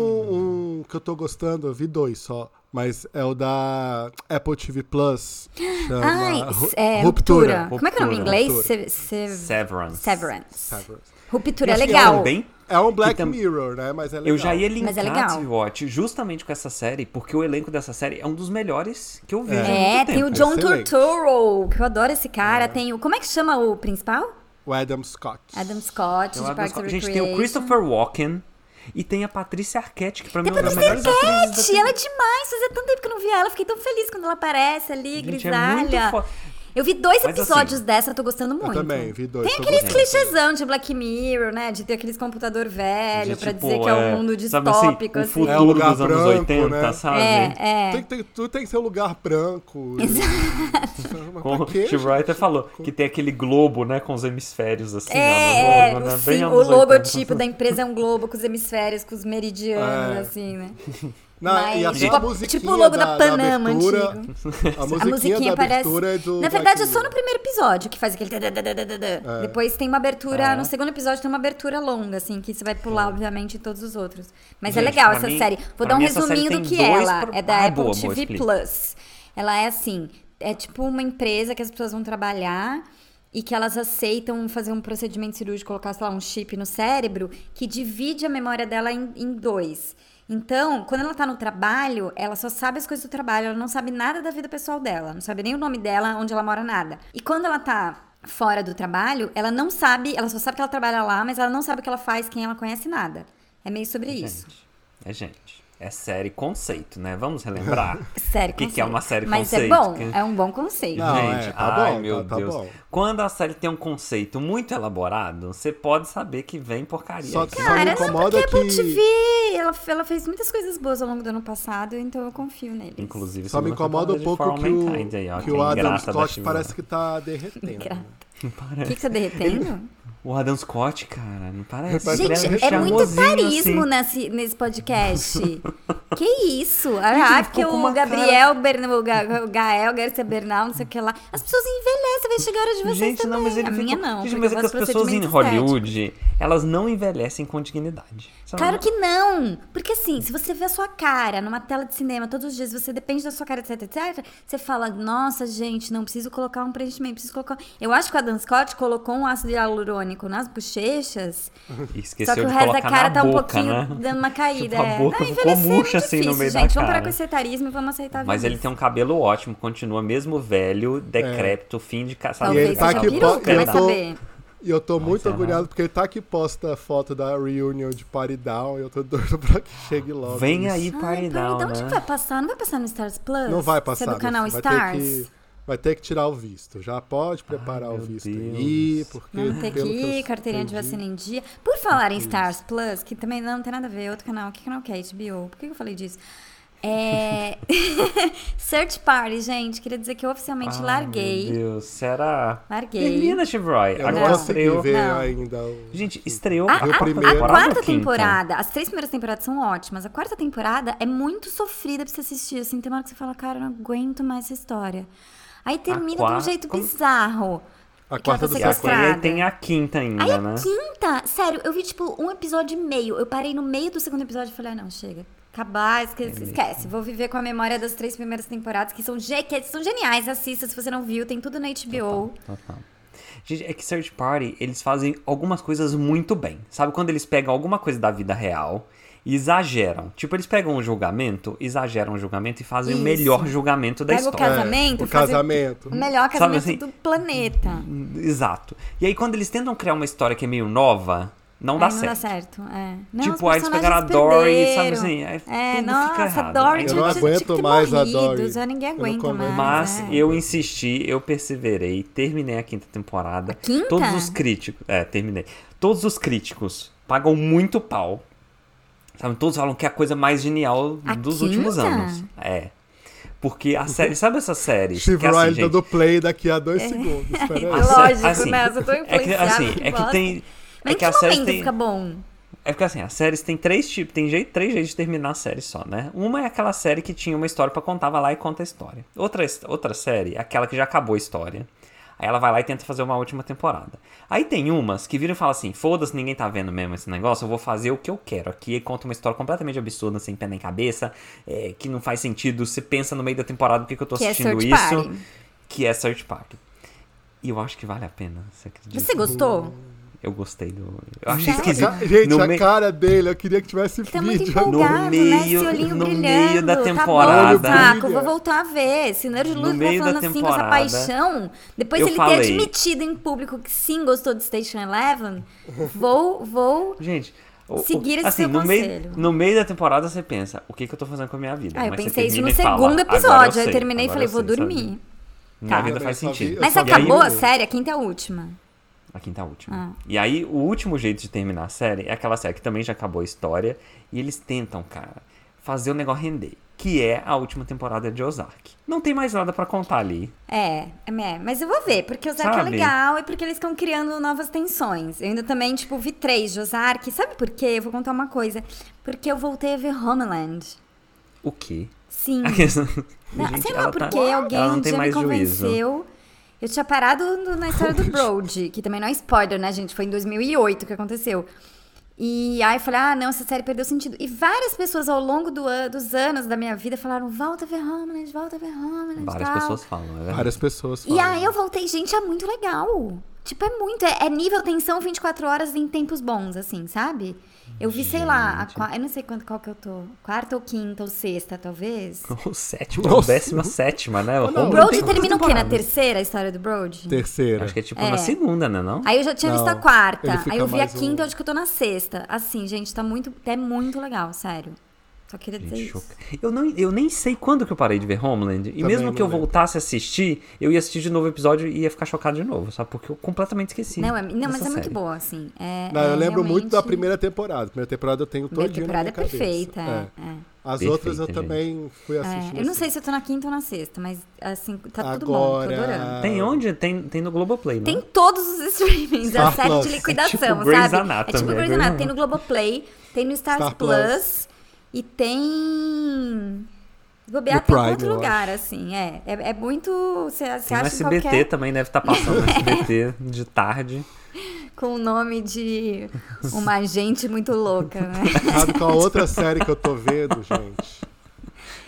Speaker 2: um que eu tô gostando, eu vi dois só. Mas é o da Apple TV Plus. Chama
Speaker 1: Ai,
Speaker 2: Ru-
Speaker 1: é, ruptura.
Speaker 3: Ruptura.
Speaker 1: Como é que é o nome em inglês? Se-
Speaker 2: Ruptura.
Speaker 1: se-
Speaker 3: Severance.
Speaker 1: Severance.
Speaker 2: Severance.
Speaker 1: Ruptura é
Speaker 3: Que
Speaker 1: legal.
Speaker 3: Também
Speaker 2: É um Black
Speaker 3: tam-
Speaker 2: Mirror, né? Mas é legal.
Speaker 3: Então, Eu já ia linkar
Speaker 1: Mas é legal.
Speaker 3: Tea Watch justamente com essa série, porque o elenco dessa série é um dos melhores que eu vejo. há
Speaker 1: É,
Speaker 3: muito
Speaker 1: tem o
Speaker 3: tempo.
Speaker 1: John
Speaker 2: Excelente.
Speaker 1: Turturro, que eu adoro esse cara. Tem o. Como é que chama o principal?
Speaker 2: O Adam Scott.
Speaker 1: Adam Scott,
Speaker 3: Tem É
Speaker 1: de
Speaker 3: o Adam
Speaker 1: Parks and
Speaker 3: Scott.
Speaker 1: Recreation.
Speaker 3: Gente, tem o Christopher Walken e tem a Patrícia Arquette, que pra mim
Speaker 1: Tem
Speaker 3: é
Speaker 1: pra
Speaker 3: uma das
Speaker 1: Patrícia
Speaker 3: melhores atrizes
Speaker 1: Arquette,
Speaker 3: da
Speaker 1: ela é demais. Fazia tanto tempo que eu não via ela. Fiquei tão feliz quando ela aparece ali,
Speaker 3: Gente, é muito
Speaker 1: grisalha.
Speaker 3: fo-
Speaker 1: eu vi dois
Speaker 3: Mas,
Speaker 1: episódios
Speaker 3: assim,
Speaker 1: dessa, eu tô gostando muito.
Speaker 2: Eu também, vi dois.
Speaker 1: Tem
Speaker 2: tô
Speaker 1: aqueles
Speaker 2: gostando.
Speaker 1: clichêzão de Black Mirror, né? De ter aqueles computador velho
Speaker 3: Gente,
Speaker 1: pra
Speaker 3: tipo,
Speaker 1: dizer que é um
Speaker 3: é,
Speaker 1: mundo
Speaker 3: sabe assim,
Speaker 1: distópico,
Speaker 3: o
Speaker 1: assim.
Speaker 3: futuro
Speaker 2: É um lugar
Speaker 3: dos anos
Speaker 2: branco,
Speaker 3: 80,
Speaker 2: né?
Speaker 3: sabe?
Speaker 1: É, é.
Speaker 2: Tem, tem, tudo tem seu lugar branco. Mas
Speaker 3: Como
Speaker 2: [LAUGHS] pra
Speaker 3: o
Speaker 2: quê?
Speaker 3: Steve Wright falou, que tem aquele globo, né, com os hemisférios assim.
Speaker 1: É,
Speaker 3: ó,
Speaker 1: é, tipo
Speaker 3: no-
Speaker 1: o,
Speaker 3: né, bem
Speaker 1: sim, o
Speaker 3: anos 80.
Speaker 1: logotipo da empresa é um globo com os hemisférios, com os meridianos,
Speaker 2: É.
Speaker 1: assim, né? Mas,
Speaker 2: e até
Speaker 1: tipo,
Speaker 2: a
Speaker 1: a-
Speaker 2: musiquinha
Speaker 1: tipo o logo da Panama
Speaker 2: abertura,
Speaker 1: antigo.
Speaker 2: A
Speaker 1: A
Speaker 2: musiquinha,
Speaker 1: musiquinha
Speaker 2: da
Speaker 1: parece.
Speaker 2: abertura é do. É.
Speaker 1: Na verdade, é
Speaker 2: Black
Speaker 1: só no primeiro episódio que faz aquele. tadadadadadadã. Depois tem uma abertura.
Speaker 3: É.
Speaker 2: Ah.
Speaker 1: No segundo episódio tem uma abertura longa, assim, que você vai pular, obviamente, em todos os outros. Mas é
Speaker 3: Gente,
Speaker 1: legal
Speaker 3: pra
Speaker 1: essa
Speaker 3: mim-
Speaker 1: série. Vou
Speaker 3: pra
Speaker 1: dar um
Speaker 3: mim essa série
Speaker 1: resuminho do
Speaker 3: tem
Speaker 1: que
Speaker 3: dois
Speaker 1: ela.
Speaker 3: pro-
Speaker 1: É da
Speaker 3: Ah,
Speaker 1: Apple
Speaker 3: boa, boa,
Speaker 1: TV
Speaker 3: explica.
Speaker 1: Plus. Ela é assim: é tipo uma empresa que as pessoas vão trabalhar. E que elas aceitam fazer um procedimento cirúrgico, colocar, sei lá, um chip no cérebro, que divide a memória dela em, em dois. Então, quando ela tá no trabalho, ela só sabe as coisas do trabalho, ela não sabe nada da vida pessoal dela, não sabe nem o nome dela, onde ela mora, nada. E quando ela tá fora do trabalho, ela não sabe, ela só sabe que ela trabalha lá, mas ela não sabe o que ela faz, quem ela conhece, nada. É meio sobre isso.
Speaker 3: Gente, é gente. É série conceito, né?
Speaker 2: [LAUGHS]
Speaker 3: Vamos relembrar.
Speaker 1: Sério,
Speaker 3: O que que é
Speaker 1: conceito.
Speaker 3: uma série
Speaker 1: Mas
Speaker 3: conceito?
Speaker 1: é bom,
Speaker 3: Que-
Speaker 1: é um bom conceito.
Speaker 2: Não,
Speaker 3: gente,
Speaker 2: é, tá
Speaker 3: ai
Speaker 2: bom,
Speaker 3: meu
Speaker 2: tá- tá
Speaker 3: Deus.
Speaker 2: bom.
Speaker 3: Quando a série tem um conceito muito elaborado, você pode saber que vem porcaria. Né?
Speaker 2: Só-
Speaker 3: aí.
Speaker 2: só-
Speaker 1: Cara,
Speaker 2: me
Speaker 1: não, porque é
Speaker 2: incomoda
Speaker 1: a Apple
Speaker 2: que-
Speaker 1: TV, ela, ela fez muitas coisas boas ao longo do ano passado, então eu confio neles.
Speaker 3: Inclusive,
Speaker 2: Só me
Speaker 3: segunda
Speaker 2: incomoda um
Speaker 3: temporada de
Speaker 2: pouco
Speaker 3: For
Speaker 2: que
Speaker 3: All
Speaker 2: o,
Speaker 3: Mankind aí, ó,
Speaker 2: que
Speaker 3: é
Speaker 2: o Adam
Speaker 3: ingrata da
Speaker 2: Scott
Speaker 3: Shimura.
Speaker 2: parece que tá derretendo.
Speaker 1: Grata. O
Speaker 3: Parece.
Speaker 1: que, que você tá derretendo?
Speaker 3: O Adam Scott, cara, não parece?
Speaker 2: Mas
Speaker 1: Gente,
Speaker 2: ele
Speaker 3: Ele
Speaker 2: é
Speaker 1: é muito
Speaker 3: charmosinho,
Speaker 1: carismo
Speaker 3: tá assim.
Speaker 1: nesse, nesse
Speaker 3: [LAUGHS]
Speaker 1: podcast. que isso?
Speaker 3: ele
Speaker 1: Ah, porque
Speaker 3: ficou com uma
Speaker 1: o Gabriel, Bern... o, Ga... o Gael, Garcia Bernal, não sei o que lá. As pessoas envelhecem, vai chegar a hora de vocês
Speaker 3: Gente,
Speaker 1: também.
Speaker 3: não, mas ele
Speaker 1: a minha
Speaker 3: ficou-
Speaker 1: não.
Speaker 3: Gente,
Speaker 1: porque
Speaker 3: mas é
Speaker 1: eu
Speaker 3: que as
Speaker 1: faço
Speaker 3: pessoas em
Speaker 1: procedimentos
Speaker 3: Hollywood, elas não envelhecem com dignidade. Isso é
Speaker 1: Claro
Speaker 3: uma-
Speaker 1: que não! Porque assim, se você vê a sua cara numa tela de cinema todos os dias, você depende da sua cara, etc, etc, você fala, nossa, gente, não preciso colocar um preenchimento, preciso colocar. Eu acho que o Adam Scott colocou um ácido hialurônico nas bochechas. Só
Speaker 3: E Esqueceu
Speaker 1: que o
Speaker 3: de
Speaker 1: resto da
Speaker 3: colocar
Speaker 1: cara
Speaker 3: na
Speaker 1: tá um
Speaker 3: boca,
Speaker 1: pouquinho
Speaker 3: né?
Speaker 1: dando uma caída.
Speaker 3: [LAUGHS] Tipo, a
Speaker 1: é.
Speaker 3: boca
Speaker 1: não,
Speaker 3: ficou
Speaker 1: envelhecer é muito
Speaker 3: murcha, assim, no
Speaker 1: difícil,
Speaker 3: meio da
Speaker 1: gente. Vamos parar
Speaker 3: cara.
Speaker 1: com esse etarismo e vamos aceitar a
Speaker 3: Mas
Speaker 1: vida.
Speaker 3: ele tem um cabelo ótimo, continua mesmo
Speaker 2: É.
Speaker 3: velho, decrépito, fim de caçada.
Speaker 1: Talvez
Speaker 2: E ele tá
Speaker 1: seja
Speaker 2: aqui,
Speaker 3: Então,
Speaker 1: peruca,
Speaker 2: pô, ele
Speaker 1: vai
Speaker 2: tá-
Speaker 1: saber.
Speaker 2: E eu tô muito
Speaker 3: será?
Speaker 2: agoniado porque ele tá aqui posta a foto da reunion de Party Down e eu tô [LAUGHS] doido pra que chegue logo.
Speaker 3: Vem
Speaker 2: isso.
Speaker 3: aí,
Speaker 1: Ai, peraí,
Speaker 3: paredão,
Speaker 1: de onde que
Speaker 3: né?
Speaker 1: então, tipo, vai passar? Não vai passar no Stars Plus?
Speaker 2: Não vai
Speaker 1: Você
Speaker 2: passar.
Speaker 1: é do
Speaker 2: meu
Speaker 1: canal
Speaker 2: filho.
Speaker 1: Stars?
Speaker 2: Vai ter, que, vai ter que tirar o visto. Já pode preparar o
Speaker 3: meu
Speaker 2: visto
Speaker 3: Deus.
Speaker 2: aí, porque.
Speaker 1: Vamos ter que
Speaker 2: pelo eu
Speaker 1: ir, carteirinha de
Speaker 2: entendi-
Speaker 1: vacina em dia. Por falar em Stars Plus, que também não tem nada a ver, outro canal, que canal que é? HBO. Por que que eu falei disso?
Speaker 2: [LAUGHS]
Speaker 1: É... [LAUGHS] Search Party, gente, queria dizer que eu oficialmente
Speaker 2: Ah,
Speaker 3: Ai, Meu
Speaker 1: larguei.
Speaker 3: Deus, será?
Speaker 1: Larguei.
Speaker 3: Menina Chivroy,
Speaker 2: Eu não
Speaker 3: agora
Speaker 1: Não.
Speaker 2: consegui
Speaker 3: estreou.
Speaker 2: ver
Speaker 1: Não.
Speaker 2: ainda. o-
Speaker 3: Gente, estreou
Speaker 1: A,
Speaker 2: Eu
Speaker 1: a-
Speaker 2: primeiro.
Speaker 1: a
Speaker 2: Temporada
Speaker 1: quarta
Speaker 3: ou quinta?
Speaker 1: temporada, as três primeiras temporadas são ótimas. A quarta temporada é muito sofrida pra você assistir, assim. Tem uma hora que você fala, cara, eu não aguento mais essa história. Aí termina de um
Speaker 3: quarta-
Speaker 1: jeito
Speaker 3: como-
Speaker 1: bizarro.
Speaker 2: A
Speaker 1: Aquela
Speaker 2: quarta do
Speaker 3: E a
Speaker 1: sequestrada.
Speaker 2: Paquera.
Speaker 3: Queen aí tem a quinta ainda,
Speaker 1: Aí
Speaker 3: né?
Speaker 1: a quinta, sério, eu vi tipo um episódio e meio. Eu parei no meio do segundo episódio e falei, ah, não, chega. Acabar, esquece, esquece. Vou viver com a memória das três primeiras temporadas, que são, ge- que são geniais. Assista se você não viu, tem tudo na HBO.
Speaker 3: Total. Então tá. Gente, é que Search Party, eles fazem algumas coisas muito bem. Sabe quando eles pegam alguma coisa da vida real e exageram? Tipo, eles pegam um julgamento, exageram o julgamento e fazem o
Speaker 1: Isso.
Speaker 3: melhor julgamento da
Speaker 1: Pega o
Speaker 3: história.
Speaker 1: casamento,
Speaker 2: o
Speaker 1: faz
Speaker 2: casamento.
Speaker 1: O melhor casamento
Speaker 3: assim?
Speaker 1: do planeta.
Speaker 3: Exato. E aí quando eles tentam criar uma história que é meio nova, não dá
Speaker 1: Aí
Speaker 3: certo.
Speaker 1: não dá certo, é. Não, os
Speaker 3: Tipo, aí eles
Speaker 1: personagens
Speaker 3: pegaram a Dory, sabe assim, aí
Speaker 1: É,
Speaker 3: tudo
Speaker 1: nossa,
Speaker 3: fica errado. né?
Speaker 1: a Dory
Speaker 3: Eu
Speaker 1: tinha, tinha-
Speaker 2: não
Speaker 1: tinha
Speaker 2: aguento
Speaker 1: que ter
Speaker 2: mais a
Speaker 1: morrido,
Speaker 2: Dory.
Speaker 1: Já ninguém
Speaker 2: Eu não
Speaker 1: aguenta
Speaker 2: aguento.
Speaker 1: mais.
Speaker 3: Mas
Speaker 1: é.
Speaker 3: eu insisti, eu perseverei, terminei a quinta temporada.
Speaker 1: quinta?
Speaker 3: Todos os críticos. É, terminei. Todos os críticos pagam muito pau. Sabe? Todos falam que é a coisa mais genial
Speaker 1: A
Speaker 3: dos
Speaker 1: quinta?
Speaker 3: últimos anos. É. Porque a série. Sabe essa série?
Speaker 2: Steve
Speaker 3: assim,
Speaker 2: Riley
Speaker 3: gente,
Speaker 2: dando play daqui a
Speaker 1: [LAUGHS]
Speaker 2: dois segundos.
Speaker 3: a
Speaker 1: É
Speaker 2: Peraí.
Speaker 1: Alô?
Speaker 3: sé-
Speaker 1: lógico, né? Eu tô
Speaker 3: É que,
Speaker 1: influenciada,
Speaker 3: assim,
Speaker 1: que
Speaker 3: é que
Speaker 1: bosta.
Speaker 3: tem.
Speaker 1: Mas
Speaker 3: É
Speaker 1: em
Speaker 3: que a série
Speaker 1: momento
Speaker 3: tem.
Speaker 1: fica bom?
Speaker 3: É porque assim, as séries tem três tipos, tem jeito, três jeitos de terminar a série só, né? Uma é aquela série que tinha uma história pra contar, vai lá e conta a história. Outra, his- outra série é aquela que já acabou a história. Aí ela vai lá e tenta fazer uma última temporada. Aí tem umas que viram e falam assim: foda-se, ninguém tá vendo mesmo esse negócio, eu vou fazer o que eu quero aqui. E conta uma história completamente absurda, sem pé nem cabeça, é, que não faz sentido. Você pensa no meio da temporada por que, que eu tô
Speaker 1: Que é
Speaker 3: assistindo
Speaker 1: Search
Speaker 3: isso.
Speaker 1: Party.
Speaker 3: Que é Search Party. E eu acho que vale a pena, você acredita?
Speaker 2: Tipo,
Speaker 1: Você gostou?
Speaker 3: Eu gostei do. Eu achei
Speaker 1: Sério?
Speaker 3: esquisito.
Speaker 2: Gente,
Speaker 3: No
Speaker 2: a
Speaker 3: meio-
Speaker 2: cara dele, eu queria que tivesse
Speaker 1: Tá muito
Speaker 2: vídeo.
Speaker 1: empolgado,
Speaker 3: No
Speaker 1: né?
Speaker 3: meio-
Speaker 1: Esse olhinho
Speaker 3: no
Speaker 1: brilhando.
Speaker 3: meio da
Speaker 2: temporada.
Speaker 1: Tá bom, saco, vou voltar a ver. Esse nerd
Speaker 3: No
Speaker 1: Luz vai
Speaker 3: meio da
Speaker 1: falando assim com essa
Speaker 3: temporada,
Speaker 1: paixão. Depois
Speaker 3: eu
Speaker 1: ele
Speaker 3: falei.
Speaker 1: ter admitido em público que sim gostou de Station Eleven, vou, vou.
Speaker 3: Gente, o- o-
Speaker 1: Seguir esse
Speaker 3: assim,
Speaker 1: seu
Speaker 3: no meio,
Speaker 1: conselho.
Speaker 3: no meio da temporada você pensa, o que, que eu tô fazendo com a minha vida?
Speaker 1: Ah, eu
Speaker 3: Mas você
Speaker 1: pensei isso no
Speaker 3: termina e fala,
Speaker 1: segundo
Speaker 3: "Agora
Speaker 1: episódio. Aí eu
Speaker 3: sei,
Speaker 1: terminei e falei,
Speaker 3: agora eu
Speaker 1: vou
Speaker 3: sei", sabe?
Speaker 1: dormir.
Speaker 3: Minha
Speaker 1: Tá.
Speaker 3: vida
Speaker 2: Eu
Speaker 3: faz
Speaker 2: só vi-
Speaker 3: sentido.
Speaker 2: eu
Speaker 1: Mas
Speaker 2: só vi-
Speaker 1: acabou Ah.
Speaker 2: E
Speaker 1: a
Speaker 2: aí-
Speaker 1: série, a quinta é a última.
Speaker 3: A quinta última. E aí, o último jeito de terminar a série é aquela série que também já acabou a história. E eles tentam, cara, fazer o negócio render. Que é a última temporada de Ozark. Não tem mais nada pra contar ali.
Speaker 1: É, é, mas eu vou ver, porque o Zack é
Speaker 3: Sabe?
Speaker 1: legal e porque eles estão criando novas tensões. Eu ainda também, tipo, vi três de Ozark. Sabe por quê? Eu vou contar uma coisa. Porque eu voltei a ver Homeland.
Speaker 3: o quê?
Speaker 1: Sim.
Speaker 3: A questão-
Speaker 1: Hum. Não,
Speaker 3: Gente,
Speaker 1: sei lá
Speaker 3: ela tá-
Speaker 1: porque alguém
Speaker 3: ela não
Speaker 1: um dia
Speaker 3: tem
Speaker 1: me
Speaker 3: mais juízo.
Speaker 1: convenceu. Eu tinha parado no- na história do Broad, que também não é spoiler, né, gente? Foi em 2008 que aconteceu. E aí eu falei, ah, não, essa série perdeu sentido. E várias pessoas ao longo do an- dos anos da minha vida falaram, volta a ver Homeland, volta a ver Homeland.
Speaker 3: Várias
Speaker 1: tal.
Speaker 3: pessoas falam, é verdade.
Speaker 2: Várias pessoas
Speaker 1: E
Speaker 2: falam.
Speaker 1: aí eu voltei, gente, é muito legal. Tipo, é muito, é, é nível tensão 24 horas em tempos bons, assim, sabe? Eu vi, sei lá, a qua- eu não sei quanto, qual que eu tô. Quarta ou quinta ou sexta, talvez.
Speaker 3: [LAUGHS] Ou sétima, ou
Speaker 2: Nossa.
Speaker 3: décima sétima, né? O
Speaker 2: não,
Speaker 1: O
Speaker 3: Homeland
Speaker 1: Broad
Speaker 3: tem quantas
Speaker 1: termina o quê? Na
Speaker 2: né?
Speaker 3: temporadas?
Speaker 1: terceira a história do Broad?
Speaker 2: Terceira.
Speaker 3: Acho que é tipo na segunda, né? Não?
Speaker 1: Aí eu já tinha visto a
Speaker 2: Não,
Speaker 1: quarta.
Speaker 2: ele fica
Speaker 1: Aí eu vi a
Speaker 2: mais
Speaker 1: quinta,
Speaker 2: um-
Speaker 1: onde que eu tô na sexta. Assim, gente, tá muito. É muito legal, sério. Só queria dizer
Speaker 3: Gente,
Speaker 1: isso.
Speaker 3: choca. Eu, não, eu nem sei quando que eu parei de ver Homeland. E mesmo
Speaker 2: não
Speaker 3: que eu
Speaker 2: lembro.
Speaker 3: voltasse a assistir, eu ia assistir de novo o episódio e ia ficar chocado de novo, sabe? Porque eu completamente esqueci.
Speaker 1: Não, é- não, mas
Speaker 3: dessa
Speaker 1: é muito
Speaker 3: série.
Speaker 1: boa, assim. É,
Speaker 2: Não, eu
Speaker 1: é
Speaker 2: lembro muito da
Speaker 1: realmente-
Speaker 2: primeira temporada. A primeira temporada eu tenho
Speaker 1: Primeira
Speaker 2: todinho na
Speaker 1: temporada
Speaker 2: minha
Speaker 1: é
Speaker 2: cabeça.
Speaker 1: perfeita. é, é.
Speaker 2: As
Speaker 3: Perfeita,
Speaker 2: outras eu
Speaker 3: gente.
Speaker 2: também fui
Speaker 1: É,
Speaker 2: assistindo.
Speaker 1: eu não
Speaker 2: assim.
Speaker 1: sei se eu tô na quinta ou na sexta, mas assim, tá tudo bom, tô adorando.
Speaker 2: Agora.
Speaker 3: Tem onde? Tem, tem no Globoplay, né?
Speaker 1: Tem todos os streamings, é a
Speaker 2: Star
Speaker 1: série de
Speaker 2: Plus.
Speaker 1: liquidação,
Speaker 3: É tipo Grey's
Speaker 1: sabe?
Speaker 3: Anatomy,
Speaker 1: é tipo
Speaker 3: é
Speaker 1: Grey's
Speaker 3: Grey's
Speaker 1: Anatomy. Tem no Globoplay, tem no Star,
Speaker 2: Star
Speaker 1: Plus,
Speaker 2: Plus.
Speaker 1: e tem. Se Bobear
Speaker 2: No
Speaker 1: tem em
Speaker 2: Prime,
Speaker 1: outro
Speaker 2: eu
Speaker 1: lugar, assim. É, é, é muito. Você você
Speaker 3: Tem no
Speaker 1: acha em
Speaker 3: SBT
Speaker 1: qualquer.
Speaker 3: também, deve estar
Speaker 1: [LAUGHS]
Speaker 3: passando no SBT de tarde.
Speaker 1: Com o nome de uma gente muito louca, né?
Speaker 2: Sabe qual a outra série que eu tô
Speaker 1: [LAUGHS]
Speaker 2: vendo, gente?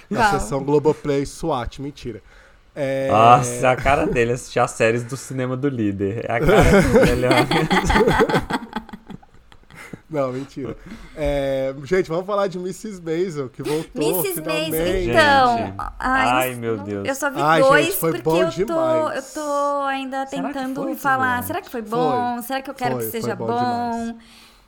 Speaker 2: Na
Speaker 1: Qual?
Speaker 2: sessão Globoplay SWAT, mentira. É...
Speaker 3: Nossa, a cara dele assistir as séries do cinema do líder. É a cara dele.
Speaker 1: [LAUGHS]
Speaker 3: ó.
Speaker 2: Não, mentira. É, Gente, vamos falar de Mrs. Maisel, que voltou
Speaker 1: Mrs.
Speaker 2: finalmente.
Speaker 1: Maisel, então.
Speaker 3: Gente.
Speaker 1: eu
Speaker 3: Ai,
Speaker 1: não-
Speaker 3: meu
Speaker 1: não-
Speaker 3: Deus.
Speaker 1: Eu só vi
Speaker 2: Ai, gente,
Speaker 1: dois
Speaker 2: foi
Speaker 1: porque
Speaker 2: bom
Speaker 1: eu tô,
Speaker 2: demais.
Speaker 1: eu tô ainda
Speaker 3: Será que
Speaker 1: tentando
Speaker 3: foi,
Speaker 1: falar.
Speaker 3: Simone?
Speaker 1: Será que foi bom?
Speaker 2: Foi.
Speaker 1: Será que eu quero
Speaker 2: Foi,
Speaker 1: que
Speaker 2: foi
Speaker 1: seja
Speaker 2: bom
Speaker 1: bom?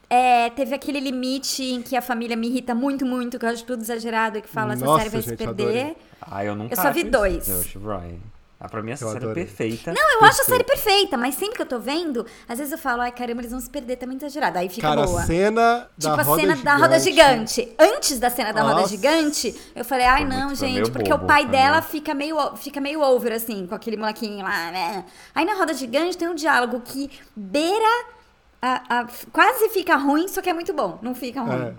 Speaker 1: É, teve aquele limite em que a família me irrita muito, muito, que eu acho tudo exagerado e que fala essa
Speaker 2: Nossa,
Speaker 1: série vai se
Speaker 2: gente,
Speaker 1: perder.
Speaker 2: adorei.
Speaker 3: Ah, eu nunca
Speaker 1: Eu só vi
Speaker 3: assisti,
Speaker 1: dois.
Speaker 3: Josh Bryan. Ah, pra mim, essa
Speaker 2: Eu
Speaker 3: série é
Speaker 2: adorei.
Speaker 3: perfeita.
Speaker 1: Eu acho a série perfeita, mas sempre que eu tô vendo, às vezes eu falo, ai caramba, eles vão se perder, tá muito exagerado. Aí fica
Speaker 2: Cara,
Speaker 1: boa.
Speaker 2: a cena da
Speaker 1: tipo a
Speaker 2: roda
Speaker 1: cena da roda gigante. Antes da cena da roda
Speaker 2: Nossa.
Speaker 1: gigante, eu falei, ai
Speaker 3: Foi
Speaker 1: não,
Speaker 3: muito- foi
Speaker 1: gente,
Speaker 3: meio
Speaker 1: porque
Speaker 3: bobo,
Speaker 1: o pai
Speaker 3: foi
Speaker 1: dela
Speaker 3: meio-
Speaker 1: fica meio, o- fica meio over, assim, com aquele molequinho lá, né? Aí na roda gigante tem um diálogo que beira. a- a- quase fica ruim, só que é muito bom. Não fica ruim.
Speaker 2: É.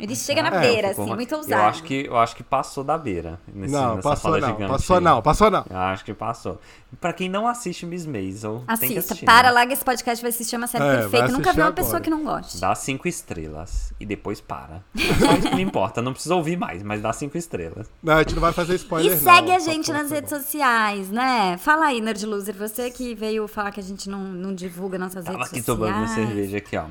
Speaker 1: Ele chega na
Speaker 3: Ah,
Speaker 1: beira,
Speaker 3: ficou
Speaker 1: assim,
Speaker 3: uma-
Speaker 1: muito ousado.
Speaker 3: Eu acho que, eu acho que passou da beira. Nesse,
Speaker 2: Não,
Speaker 3: nessa
Speaker 2: passou
Speaker 3: roda
Speaker 2: não,
Speaker 3: gigante
Speaker 2: passou
Speaker 3: aí.
Speaker 2: não, passou não.
Speaker 3: Eu acho que passou. Pra quem não assiste Miss Maisel, tem que
Speaker 1: Assista,
Speaker 3: assistir.
Speaker 1: para,
Speaker 3: né?
Speaker 1: larga esse podcast, vai assistir uma série
Speaker 2: É, vai
Speaker 1: perfeita. Nunca vi
Speaker 2: assistir
Speaker 1: uma
Speaker 2: agora.
Speaker 1: pessoa que não goste.
Speaker 3: Dá cinco estrelas e depois para. Só isso que me importa. Não precisa ouvir mais, mas dá cinco estrelas.
Speaker 2: Não, a gente não vai fazer
Speaker 1: E
Speaker 2: spoiler
Speaker 1: segue
Speaker 2: não,
Speaker 1: a gente
Speaker 2: só
Speaker 1: nas
Speaker 2: foi
Speaker 1: redes
Speaker 2: bom.
Speaker 1: sociais, né? Fala aí, Nerd Loser, você que veio falar que a gente não, não divulga nossas
Speaker 3: Tava
Speaker 1: redes
Speaker 3: aqui tomando minha
Speaker 1: sociais.
Speaker 3: cerveja aqui, ó.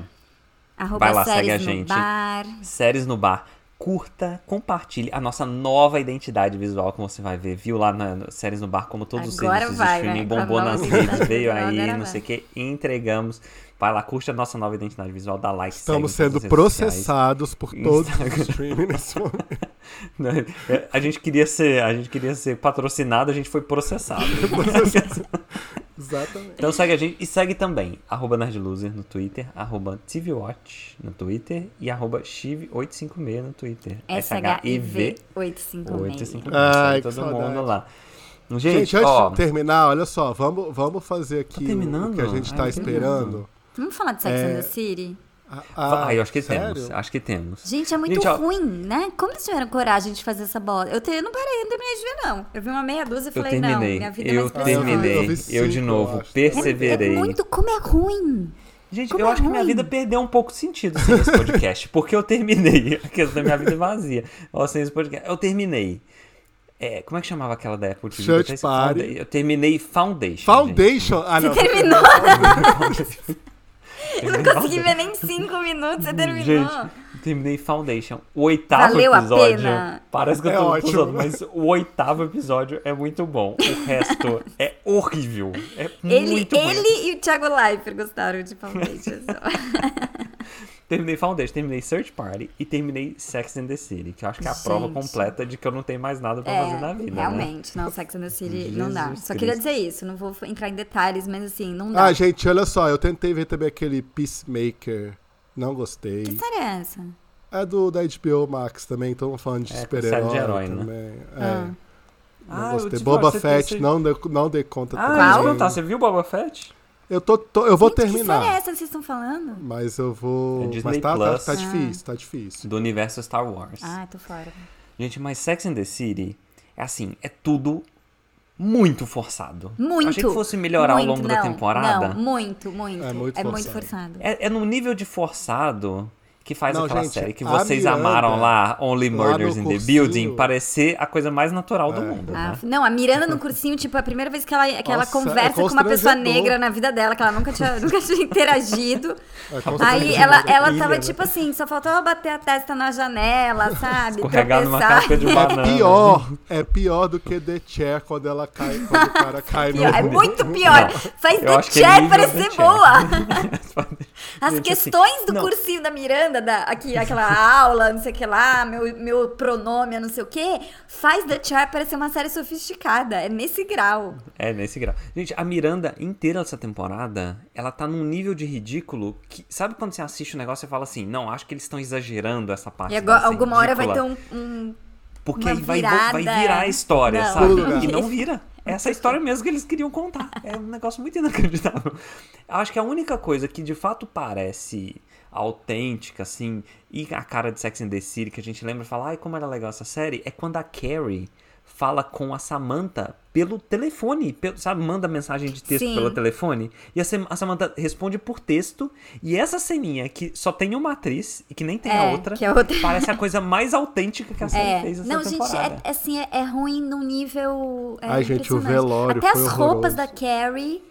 Speaker 1: Arroba
Speaker 3: Vai lá,
Speaker 1: séries
Speaker 3: segue a
Speaker 1: no
Speaker 3: gente.
Speaker 1: Bar.
Speaker 3: Séries no bar. Curta, compartilhe a nossa nova identidade visual, como você vai ver. Viu lá na no- Séries no Bar, como todos os
Speaker 1: Agora
Speaker 3: serviços
Speaker 1: vai, né?
Speaker 3: de streaming
Speaker 1: vai, com a
Speaker 3: bombou
Speaker 1: nova
Speaker 3: nas
Speaker 1: identidade
Speaker 3: redes, veio
Speaker 1: visual,
Speaker 3: aí,
Speaker 1: agora
Speaker 3: não
Speaker 1: vai.
Speaker 3: sei o que, entregamos. Vai lá, curte a nossa nova identidade visual, dá like,
Speaker 2: Estamos
Speaker 3: segue em
Speaker 2: sendo
Speaker 3: todas as redes sociais.
Speaker 2: processados por todos
Speaker 3: Instagram.
Speaker 2: os streaming nesse momento. [LAUGHS]
Speaker 3: Não, [LAUGHS] é, A gente queria ser, a gente queria ser patrocinado, a gente
Speaker 2: [LAUGHS]
Speaker 3: foi processado.
Speaker 2: Exatamente.
Speaker 3: Então segue a gente e segue também arroba nerdloser no Twitter, arroba tvwatch no Twitter e arroba chiv856 no Twitter.
Speaker 1: SHIV
Speaker 3: 856.
Speaker 1: 856.
Speaker 2: Ai,
Speaker 3: Segue todo
Speaker 2: que
Speaker 3: mundo
Speaker 2: saudade.
Speaker 3: lá. Gente,
Speaker 2: Gente, antes
Speaker 3: ó,
Speaker 2: de terminar, olha só, vamos, vamos fazer aqui o
Speaker 3: terminando?
Speaker 2: que a gente
Speaker 3: Ai,
Speaker 2: tá
Speaker 3: eu tô
Speaker 2: esperando.
Speaker 1: Vamos falar de Sex and
Speaker 2: É.
Speaker 1: the City?
Speaker 2: Ah,
Speaker 3: fa- ah, eu acho que
Speaker 2: sério?
Speaker 3: temos, acho que temos.
Speaker 1: Gente, é muito
Speaker 3: Gente, ó-
Speaker 1: ruim, né? Como eles tiveram coragem de fazer essa bola? Eu, te- eu não parei, eu não terminei de ver, não. Eu vi uma meia dúzia e
Speaker 3: Eu
Speaker 1: falei, não,
Speaker 3: terminei,
Speaker 1: minha vida é
Speaker 3: eu
Speaker 1: mais preciosa.
Speaker 3: terminei,
Speaker 2: Eu vi
Speaker 3: eu
Speaker 2: cinco,
Speaker 3: de
Speaker 2: eu
Speaker 3: novo,
Speaker 2: acho.
Speaker 1: É
Speaker 3: perseverei.
Speaker 1: muito, como é ruim.
Speaker 3: Gente,
Speaker 1: Como
Speaker 3: eu
Speaker 1: é
Speaker 3: acho que minha
Speaker 1: ruim.
Speaker 3: vida perdeu um pouco de sentido sem esse podcast, porque eu terminei. [LAUGHS] A questão da minha vida é vazia. Ó, sem esse podcast. Eu terminei. É, como é que chamava aquela da Apple TV?
Speaker 2: Search
Speaker 3: Eu até-
Speaker 2: Party.
Speaker 3: Founda- Eu terminei Foundation. [LAUGHS]
Speaker 2: Foundation. Ah, não.
Speaker 1: Terminou,
Speaker 3: Gente.
Speaker 1: eu não consegui ver nem cinco minutos, você terminou.
Speaker 3: Gente, eu terminei Foundation. O oitavo
Speaker 1: Valeu a
Speaker 3: episódio.
Speaker 1: pena?
Speaker 3: Parece que eu
Speaker 2: É
Speaker 3: tô
Speaker 2: ótimo.
Speaker 3: usando, mas o oitavo episódio é muito bom.
Speaker 1: [LAUGHS]
Speaker 3: O resto é horrível. É
Speaker 1: ele
Speaker 3: muito ruim.
Speaker 1: ele e o Thiago Leifert gostaram de Foundation.
Speaker 3: Tá Terminei Foundation, terminei Search Party e terminei Sex and the City, que eu acho que é a
Speaker 1: Gente. É,
Speaker 3: prova completa de que eu não tenho mais nada pra fazer na vida. né?
Speaker 1: realmente, não, Sex and the City não dá.
Speaker 3: Jesus
Speaker 1: Só queria
Speaker 3: Cristo.
Speaker 1: dizer isso, não vou entrar em detalhes, mas assim, não dá.
Speaker 2: Ah, gente, olha só, eu tentei ver também aquele Peacemaker. Não gostei.
Speaker 1: Que série é essa?
Speaker 2: É do da HBO Max também, então falando de
Speaker 3: É, série
Speaker 2: super-herói
Speaker 3: de herói, né?
Speaker 2: também.
Speaker 1: Ah.
Speaker 2: É, não
Speaker 3: Ah, eu
Speaker 2: gostei.
Speaker 3: te-
Speaker 2: Boba
Speaker 3: você-
Speaker 2: Fett
Speaker 3: você-
Speaker 2: não, deu, não dei conta
Speaker 3: Ah,
Speaker 2: também.
Speaker 3: deixa eu
Speaker 1: Qual?
Speaker 3: perguntar, você viu Boba Fett?
Speaker 2: Eu, tô, tô- eu vou
Speaker 1: Gente, Que série é
Speaker 2: terminar.
Speaker 1: essa que vocês estão falando?
Speaker 2: Mas eu vou.
Speaker 3: É Disney
Speaker 2: mas tá, tá,
Speaker 3: Plus.
Speaker 2: tá difícil, tá difícil.
Speaker 3: Do universo Star Wars.
Speaker 1: Ah, tô fora.
Speaker 3: Gente, mas Sex and the City é assim, é tudo muito forçado.
Speaker 1: Muito.
Speaker 3: Eu achei que fosse melhorar
Speaker 1: muito,
Speaker 3: ao longo da
Speaker 1: não,
Speaker 3: temporada.
Speaker 1: Não, muito, muito.
Speaker 2: É muito forçado.
Speaker 1: forçado.
Speaker 3: É, é no nível de forçado que faz
Speaker 2: Não,
Speaker 3: aquela
Speaker 2: gente,
Speaker 3: série que
Speaker 2: a
Speaker 3: vocês
Speaker 2: Miranda,
Speaker 3: amaram lá, Only
Speaker 2: lá
Speaker 3: Murders
Speaker 2: no
Speaker 3: in the
Speaker 2: cursinho- É.
Speaker 3: Building, parecer a coisa mais natural do mundo,
Speaker 1: Ah,
Speaker 3: né?
Speaker 1: não, a Miranda no cursinho, tipo, é a primeira vez que ela, que ela
Speaker 2: Nossa,
Speaker 1: conversa
Speaker 2: é
Speaker 1: com uma pessoa
Speaker 2: constrangedor.
Speaker 1: negra na vida dela, que ela nunca tinha, [LAUGHS] nunca tinha interagido.
Speaker 2: É constrangedor.
Speaker 1: Aí ela, ela
Speaker 2: Ilha,
Speaker 1: tava
Speaker 2: né?
Speaker 1: tipo assim, só faltava bater a testa na janela, sabe?
Speaker 3: Escorregado numa
Speaker 1: Tropeçar.
Speaker 3: casca de banana.
Speaker 2: É Pior, é pior do que The Chair quando ela cai, quando o cara cai no...
Speaker 1: Pior, é muito pior. Faz
Speaker 3: eu
Speaker 1: The
Speaker 3: acho que é
Speaker 1: Chair
Speaker 3: nível
Speaker 1: parecer
Speaker 3: The Chair. [LAUGHS]
Speaker 1: boa. As
Speaker 3: Gente, assim,
Speaker 1: questões do
Speaker 3: não.
Speaker 1: cursinho da Miranda, da, aqui, aquela aula, não sei o que lá, meu, meu pronome, eu não sei o que, faz The Chair parecer uma série sofisticada. É nesse grau.
Speaker 3: É, nesse grau. Gente, a Miranda inteira dessa temporada, ela tá num nível de ridículo que. Sabe quando você assiste o negócio e fala assim, não, acho que eles estão exagerando essa parte.
Speaker 1: E agora,
Speaker 3: dessa
Speaker 1: alguma hora vai ter
Speaker 3: ridícula,
Speaker 1: um, um-
Speaker 3: Porque
Speaker 1: uma
Speaker 3: aí vai,
Speaker 1: virada,
Speaker 3: vai virar a história,
Speaker 1: não.
Speaker 3: sabe?
Speaker 2: Pulo,
Speaker 3: E
Speaker 1: né? [LAUGHS]
Speaker 3: não vira. É Essa história mesmo que eles queriam contar. É um negócio muito inacreditável. Acho que a única coisa que de fato parece autêntica, assim, e a cara de Sex and the City que a gente lembra e fala, ai, como era legal essa série, é quando a Carrie fala com a Samantha pelo telefone, pelo- sabe? Manda mensagem de texto
Speaker 1: Sim.
Speaker 3: pelo telefone. E a, Sam- a Samantha responde por texto. E essa ceninha que só tem uma atriz e que nem tem a
Speaker 1: É,
Speaker 3: outra,
Speaker 1: que a outra-
Speaker 3: parece a coisa mais autêntica que a série
Speaker 1: É.
Speaker 3: fez essa
Speaker 1: Não, gente,
Speaker 3: temporada.
Speaker 1: é, é assim, é, é ruim num nível. É
Speaker 2: Ai, gente, o
Speaker 1: impressionante.
Speaker 2: velório
Speaker 1: Até
Speaker 2: foi
Speaker 1: as roupas
Speaker 2: horroroso.
Speaker 1: da Carrie.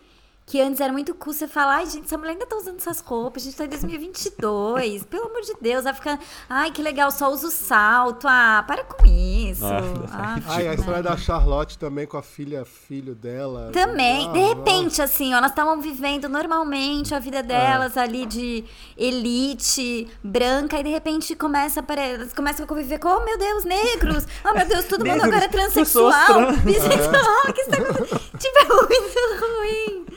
Speaker 1: Que antes era muito cool, você fala, ai gente, essa mulher ainda tá usando essas roupas, a gente tá em 2022, pelo amor de Deus, vai ficar, ai que legal, só usa o salto, ah, para com isso.
Speaker 2: [LAUGHS]
Speaker 3: Ah,
Speaker 1: Ah,
Speaker 2: Ai, a
Speaker 1: fica-
Speaker 2: história da Charlotte também com a filha, filho dela.
Speaker 1: Também,
Speaker 2: Ah,
Speaker 1: de repente, assim, ó, elas estavam vivendo normalmente a
Speaker 3: É.
Speaker 1: vida delas ali de elite, branca, e de repente começa a apare- elas começam a conviver com, oh meu Deus, negros, oh meu Deus, todo mundo
Speaker 3: Negros,
Speaker 1: agora é transexual,
Speaker 3: pessoas trans.
Speaker 1: [LAUGHS] bissexual, o que está acontecendo? Tipo, é muito ruim.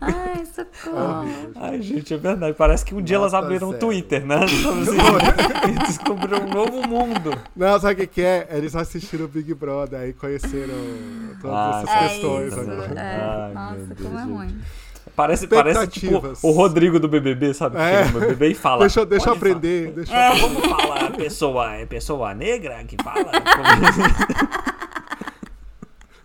Speaker 1: Ai,
Speaker 2: ah,
Speaker 1: socorro.
Speaker 3: Ai, gente, é verdade. Parece que um dia elas
Speaker 2: Nota
Speaker 3: abriram o
Speaker 2: zero.
Speaker 3: Twitter, né? E descobriram um novo mundo.
Speaker 2: Não, sabe o que, que é? Eles assistiram o Big Brother aí conheceram todas
Speaker 3: Ah,
Speaker 2: essas
Speaker 3: sim.
Speaker 1: É
Speaker 2: questões.
Speaker 1: isso,
Speaker 2: agora.
Speaker 1: é.
Speaker 3: Ai, meu
Speaker 1: nossa,
Speaker 3: Deus,
Speaker 1: como é
Speaker 3: gente.
Speaker 1: ruim.
Speaker 3: Parece, parece tipo
Speaker 2: Expectativas.
Speaker 3: o Rodrigo do BBB, sabe? Que
Speaker 2: É.
Speaker 3: Chega no BBB e fala.
Speaker 2: Deixa, eu- deixa eu
Speaker 3: "Pode falar."
Speaker 2: aprender. Deixa eu-
Speaker 3: Como fala pessoa? É pessoa negra que fala?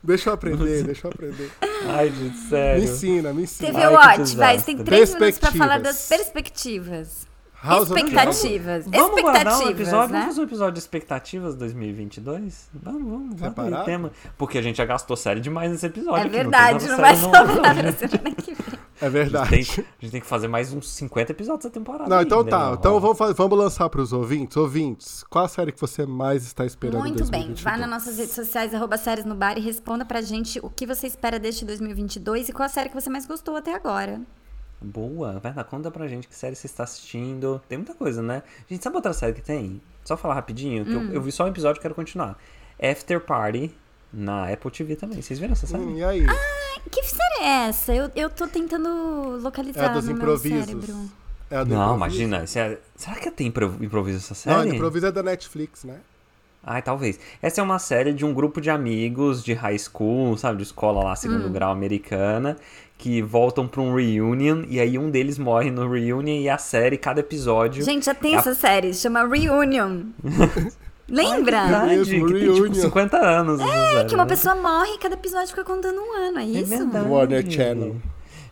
Speaker 2: Deixa eu
Speaker 3: [LAUGHS]
Speaker 2: aprender, deixa eu aprender.
Speaker 3: Ai, gente,
Speaker 2: Me
Speaker 3: sério.
Speaker 2: ensina, me ensina.
Speaker 1: TV
Speaker 3: Ai, que
Speaker 1: Watch, vai, você
Speaker 3: desastre.
Speaker 1: tem três minutos pra falar
Speaker 2: Perspectivas.
Speaker 1: das perspectivas.
Speaker 2: House of Cards.
Speaker 1: expectativas.
Speaker 3: Vamos guardar um
Speaker 1: expectativas,
Speaker 3: episódio,
Speaker 1: né?
Speaker 3: vamos fazer um episódio de expectativas 2022? Vamos, vamos, vamos.
Speaker 2: Separado?
Speaker 3: aí, tema. Porque a gente já gastou série demais nesse episódio.
Speaker 1: É
Speaker 3: que
Speaker 1: verdade,
Speaker 3: tem
Speaker 1: não
Speaker 3: tanta
Speaker 1: vai
Speaker 3: série nova,
Speaker 1: sobrar
Speaker 3: gente.
Speaker 1: pra semana que vem.
Speaker 2: É
Speaker 3: A
Speaker 2: verdade.
Speaker 3: gente, tem, a gente tem que fazer mais uns 50 episódios da temporada.
Speaker 2: Não,
Speaker 3: aí,
Speaker 2: então
Speaker 3: né,
Speaker 2: tá.
Speaker 3: Laura?
Speaker 2: Então vamos, fa- vamos lançar pros ouvintes. Ouvintes, qual a série que você mais está esperando em
Speaker 1: Muito bem,
Speaker 2: 2022?
Speaker 1: vá nas nossas redes sociais, arroba séries no bar e responda pra gente o que você espera deste 2022 e qual a série que você mais gostou até agora.
Speaker 3: Boa, vai dar conta pra gente que série você está assistindo. Tem muita coisa, né? Gente, sabe outra série que tem? Só falar rapidinho, que eu- eu, vi só um episódio e quero continuar. After Party, na Apple TV também. Vocês viram essa série?
Speaker 2: Hum, e aí?
Speaker 1: Ah, Que série é essa? Eu, eu tô tentando
Speaker 2: É a
Speaker 1: localizar
Speaker 2: dos
Speaker 1: tá, no
Speaker 2: improvisos.
Speaker 1: meu cérebro.
Speaker 2: É a do
Speaker 3: Não,
Speaker 2: improviso?
Speaker 3: imagina. isso é- Será que tem impro- improviso essa
Speaker 2: Não, a
Speaker 3: série?
Speaker 2: do improviso é da Netflix, né?
Speaker 3: Ai, talvez. Essa é uma série de um grupo de amigos de high school, sabe, de escola lá, segundo
Speaker 1: Hum.
Speaker 3: grau americana, que voltam pra um reunion e aí um deles morre no reunion e a série, cada episódio.
Speaker 1: Gente, já tem
Speaker 3: É a-
Speaker 1: essa série, chama Reunion. Lembra?
Speaker 3: Verdade,
Speaker 2: mesmo,
Speaker 3: que tem tipo
Speaker 2: reunion.
Speaker 3: 50 anos. É,
Speaker 1: que uma pessoa morre e cada episódio fica contando um ano, é isso?
Speaker 3: verdade.
Speaker 2: Warner Channel.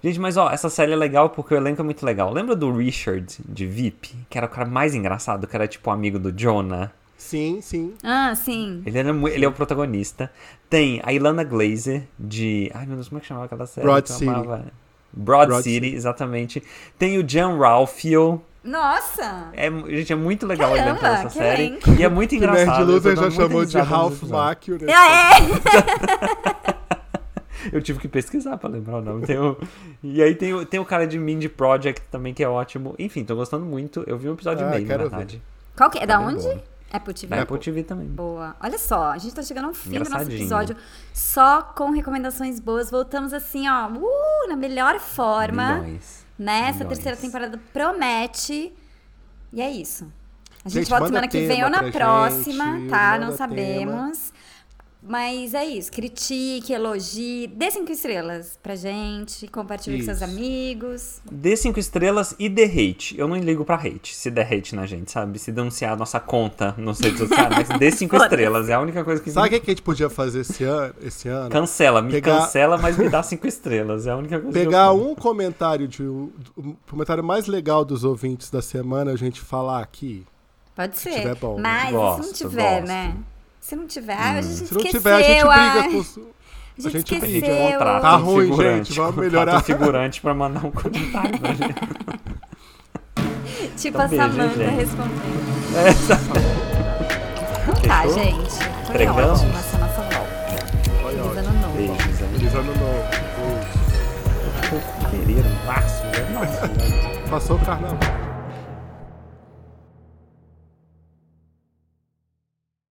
Speaker 3: Gente, mas ó, essa série é legal porque o elenco é muito legal. Lembra do Richard de VIP, que era o cara mais engraçado, que era tipo amigo do Jonah?
Speaker 2: Sim, sim.
Speaker 1: ah, sim.
Speaker 3: Ele, era mu- ele é o protagonista. Tem a Ilana Glazer de. Ai meu Deus, como é que chamava aquela série?
Speaker 2: Broad
Speaker 3: que eu
Speaker 2: City.
Speaker 3: amava? Broad,
Speaker 2: Broad
Speaker 3: City, exatamente. Tem o John Ralphio.
Speaker 1: Nossa!
Speaker 3: É, mu- gente, é muito legal o
Speaker 1: Caramba,
Speaker 3: elenco dessa
Speaker 1: que
Speaker 3: série.
Speaker 1: elenco.
Speaker 3: E é muito
Speaker 2: Que Nerd
Speaker 3: engraçado. eu tô
Speaker 2: Loser já
Speaker 3: dando muita
Speaker 2: chamou de
Speaker 3: risada nos
Speaker 2: Ralph
Speaker 3: episódios.
Speaker 2: Macchio, né?
Speaker 1: Ah, é!
Speaker 3: Eu tive que pesquisar pra lembrar o nome. Tem o- E aí tem o, tem o cara de Mindy Project também, que é ótimo. Enfim, tô gostando muito. Eu vi um episódio
Speaker 2: Ah,
Speaker 3: e meio, na
Speaker 2: quero ver.
Speaker 3: verdade.
Speaker 1: Qual que é? Da
Speaker 3: bem
Speaker 1: onde?
Speaker 3: boa.
Speaker 1: É pro TV?
Speaker 3: Da Apple TV também.
Speaker 1: Boa. Olha só, a gente tá chegando ao fim do nosso
Speaker 3: Engraçadinho.
Speaker 1: episódio só com recomendações boas. Voltamos assim, ó, uh, na melhor forma.
Speaker 3: Milhões.
Speaker 1: né? Essa
Speaker 3: Milhões.
Speaker 1: terceira temporada promete. E é isso. A gente,
Speaker 2: Gente,
Speaker 1: volta semana
Speaker 2: manda
Speaker 1: que vem
Speaker 2: tema
Speaker 1: ou na
Speaker 2: pra
Speaker 1: próxima,
Speaker 2: gente,
Speaker 1: tá?
Speaker 2: manda
Speaker 1: Não sabemos. Mas é isso. Critique, elogie. Dê cinco estrelas pra gente. Compartilhe com seus
Speaker 2: Isso.
Speaker 1: amigos.
Speaker 3: Dê cinco estrelas e dê hate. Eu não ligo pra hate, se der hate na gente, sabe? Se denunciar a nossa conta nos redes sociais, mas dê cinco
Speaker 1: Foda-se.
Speaker 3: estrelas. É a única coisa que
Speaker 2: Sabe o que que a gente podia fazer esse ano? Esse ano?
Speaker 3: Cancela, me
Speaker 2: Pegar-
Speaker 3: cancela, mas me dá cinco estrelas. É a única coisa
Speaker 2: Pegar
Speaker 3: que eu...
Speaker 2: um comentário de um um comentário mais legal dos ouvintes da semana, a gente falar aqui.
Speaker 1: Pode ser.
Speaker 2: tiver bom, né? Hum.
Speaker 1: Mas se não
Speaker 3: Gosto,
Speaker 1: tiver,
Speaker 3: gosto.
Speaker 1: né? Se não tiver, ah, a gente
Speaker 2: Se
Speaker 1: esqueceu.
Speaker 2: não tiver, a gente
Speaker 1: ai.
Speaker 2: briga com os.
Speaker 1: A gente,
Speaker 2: a gente
Speaker 3: A
Speaker 1: esqueceu.
Speaker 3: gente
Speaker 2: briga.
Speaker 3: contrata
Speaker 2: Tá
Speaker 3: um
Speaker 2: ruim,
Speaker 3: figurante,
Speaker 2: gente, vamos
Speaker 3: contrata
Speaker 2: melhorar.
Speaker 3: um figurante pra mandar um
Speaker 2: [LAUGHS]
Speaker 3: comentário pra gente.
Speaker 1: Tipo
Speaker 3: Então,
Speaker 1: a
Speaker 3: beijo, hein,
Speaker 1: Samanta
Speaker 3: gente? É,
Speaker 1: respondendo. Tá,
Speaker 3: Fechou?
Speaker 1: gente. Foi
Speaker 3: Entregamos?
Speaker 1: ótimo essa nossa volta.
Speaker 2: Olha,
Speaker 1: Feliz
Speaker 2: olha.
Speaker 1: ano novo.
Speaker 3: Beijos, amigo.
Speaker 2: Feliz ano novo.
Speaker 3: Fevereiro, março, né? Nossa, né?
Speaker 2: [LAUGHS] Passou o carnaval.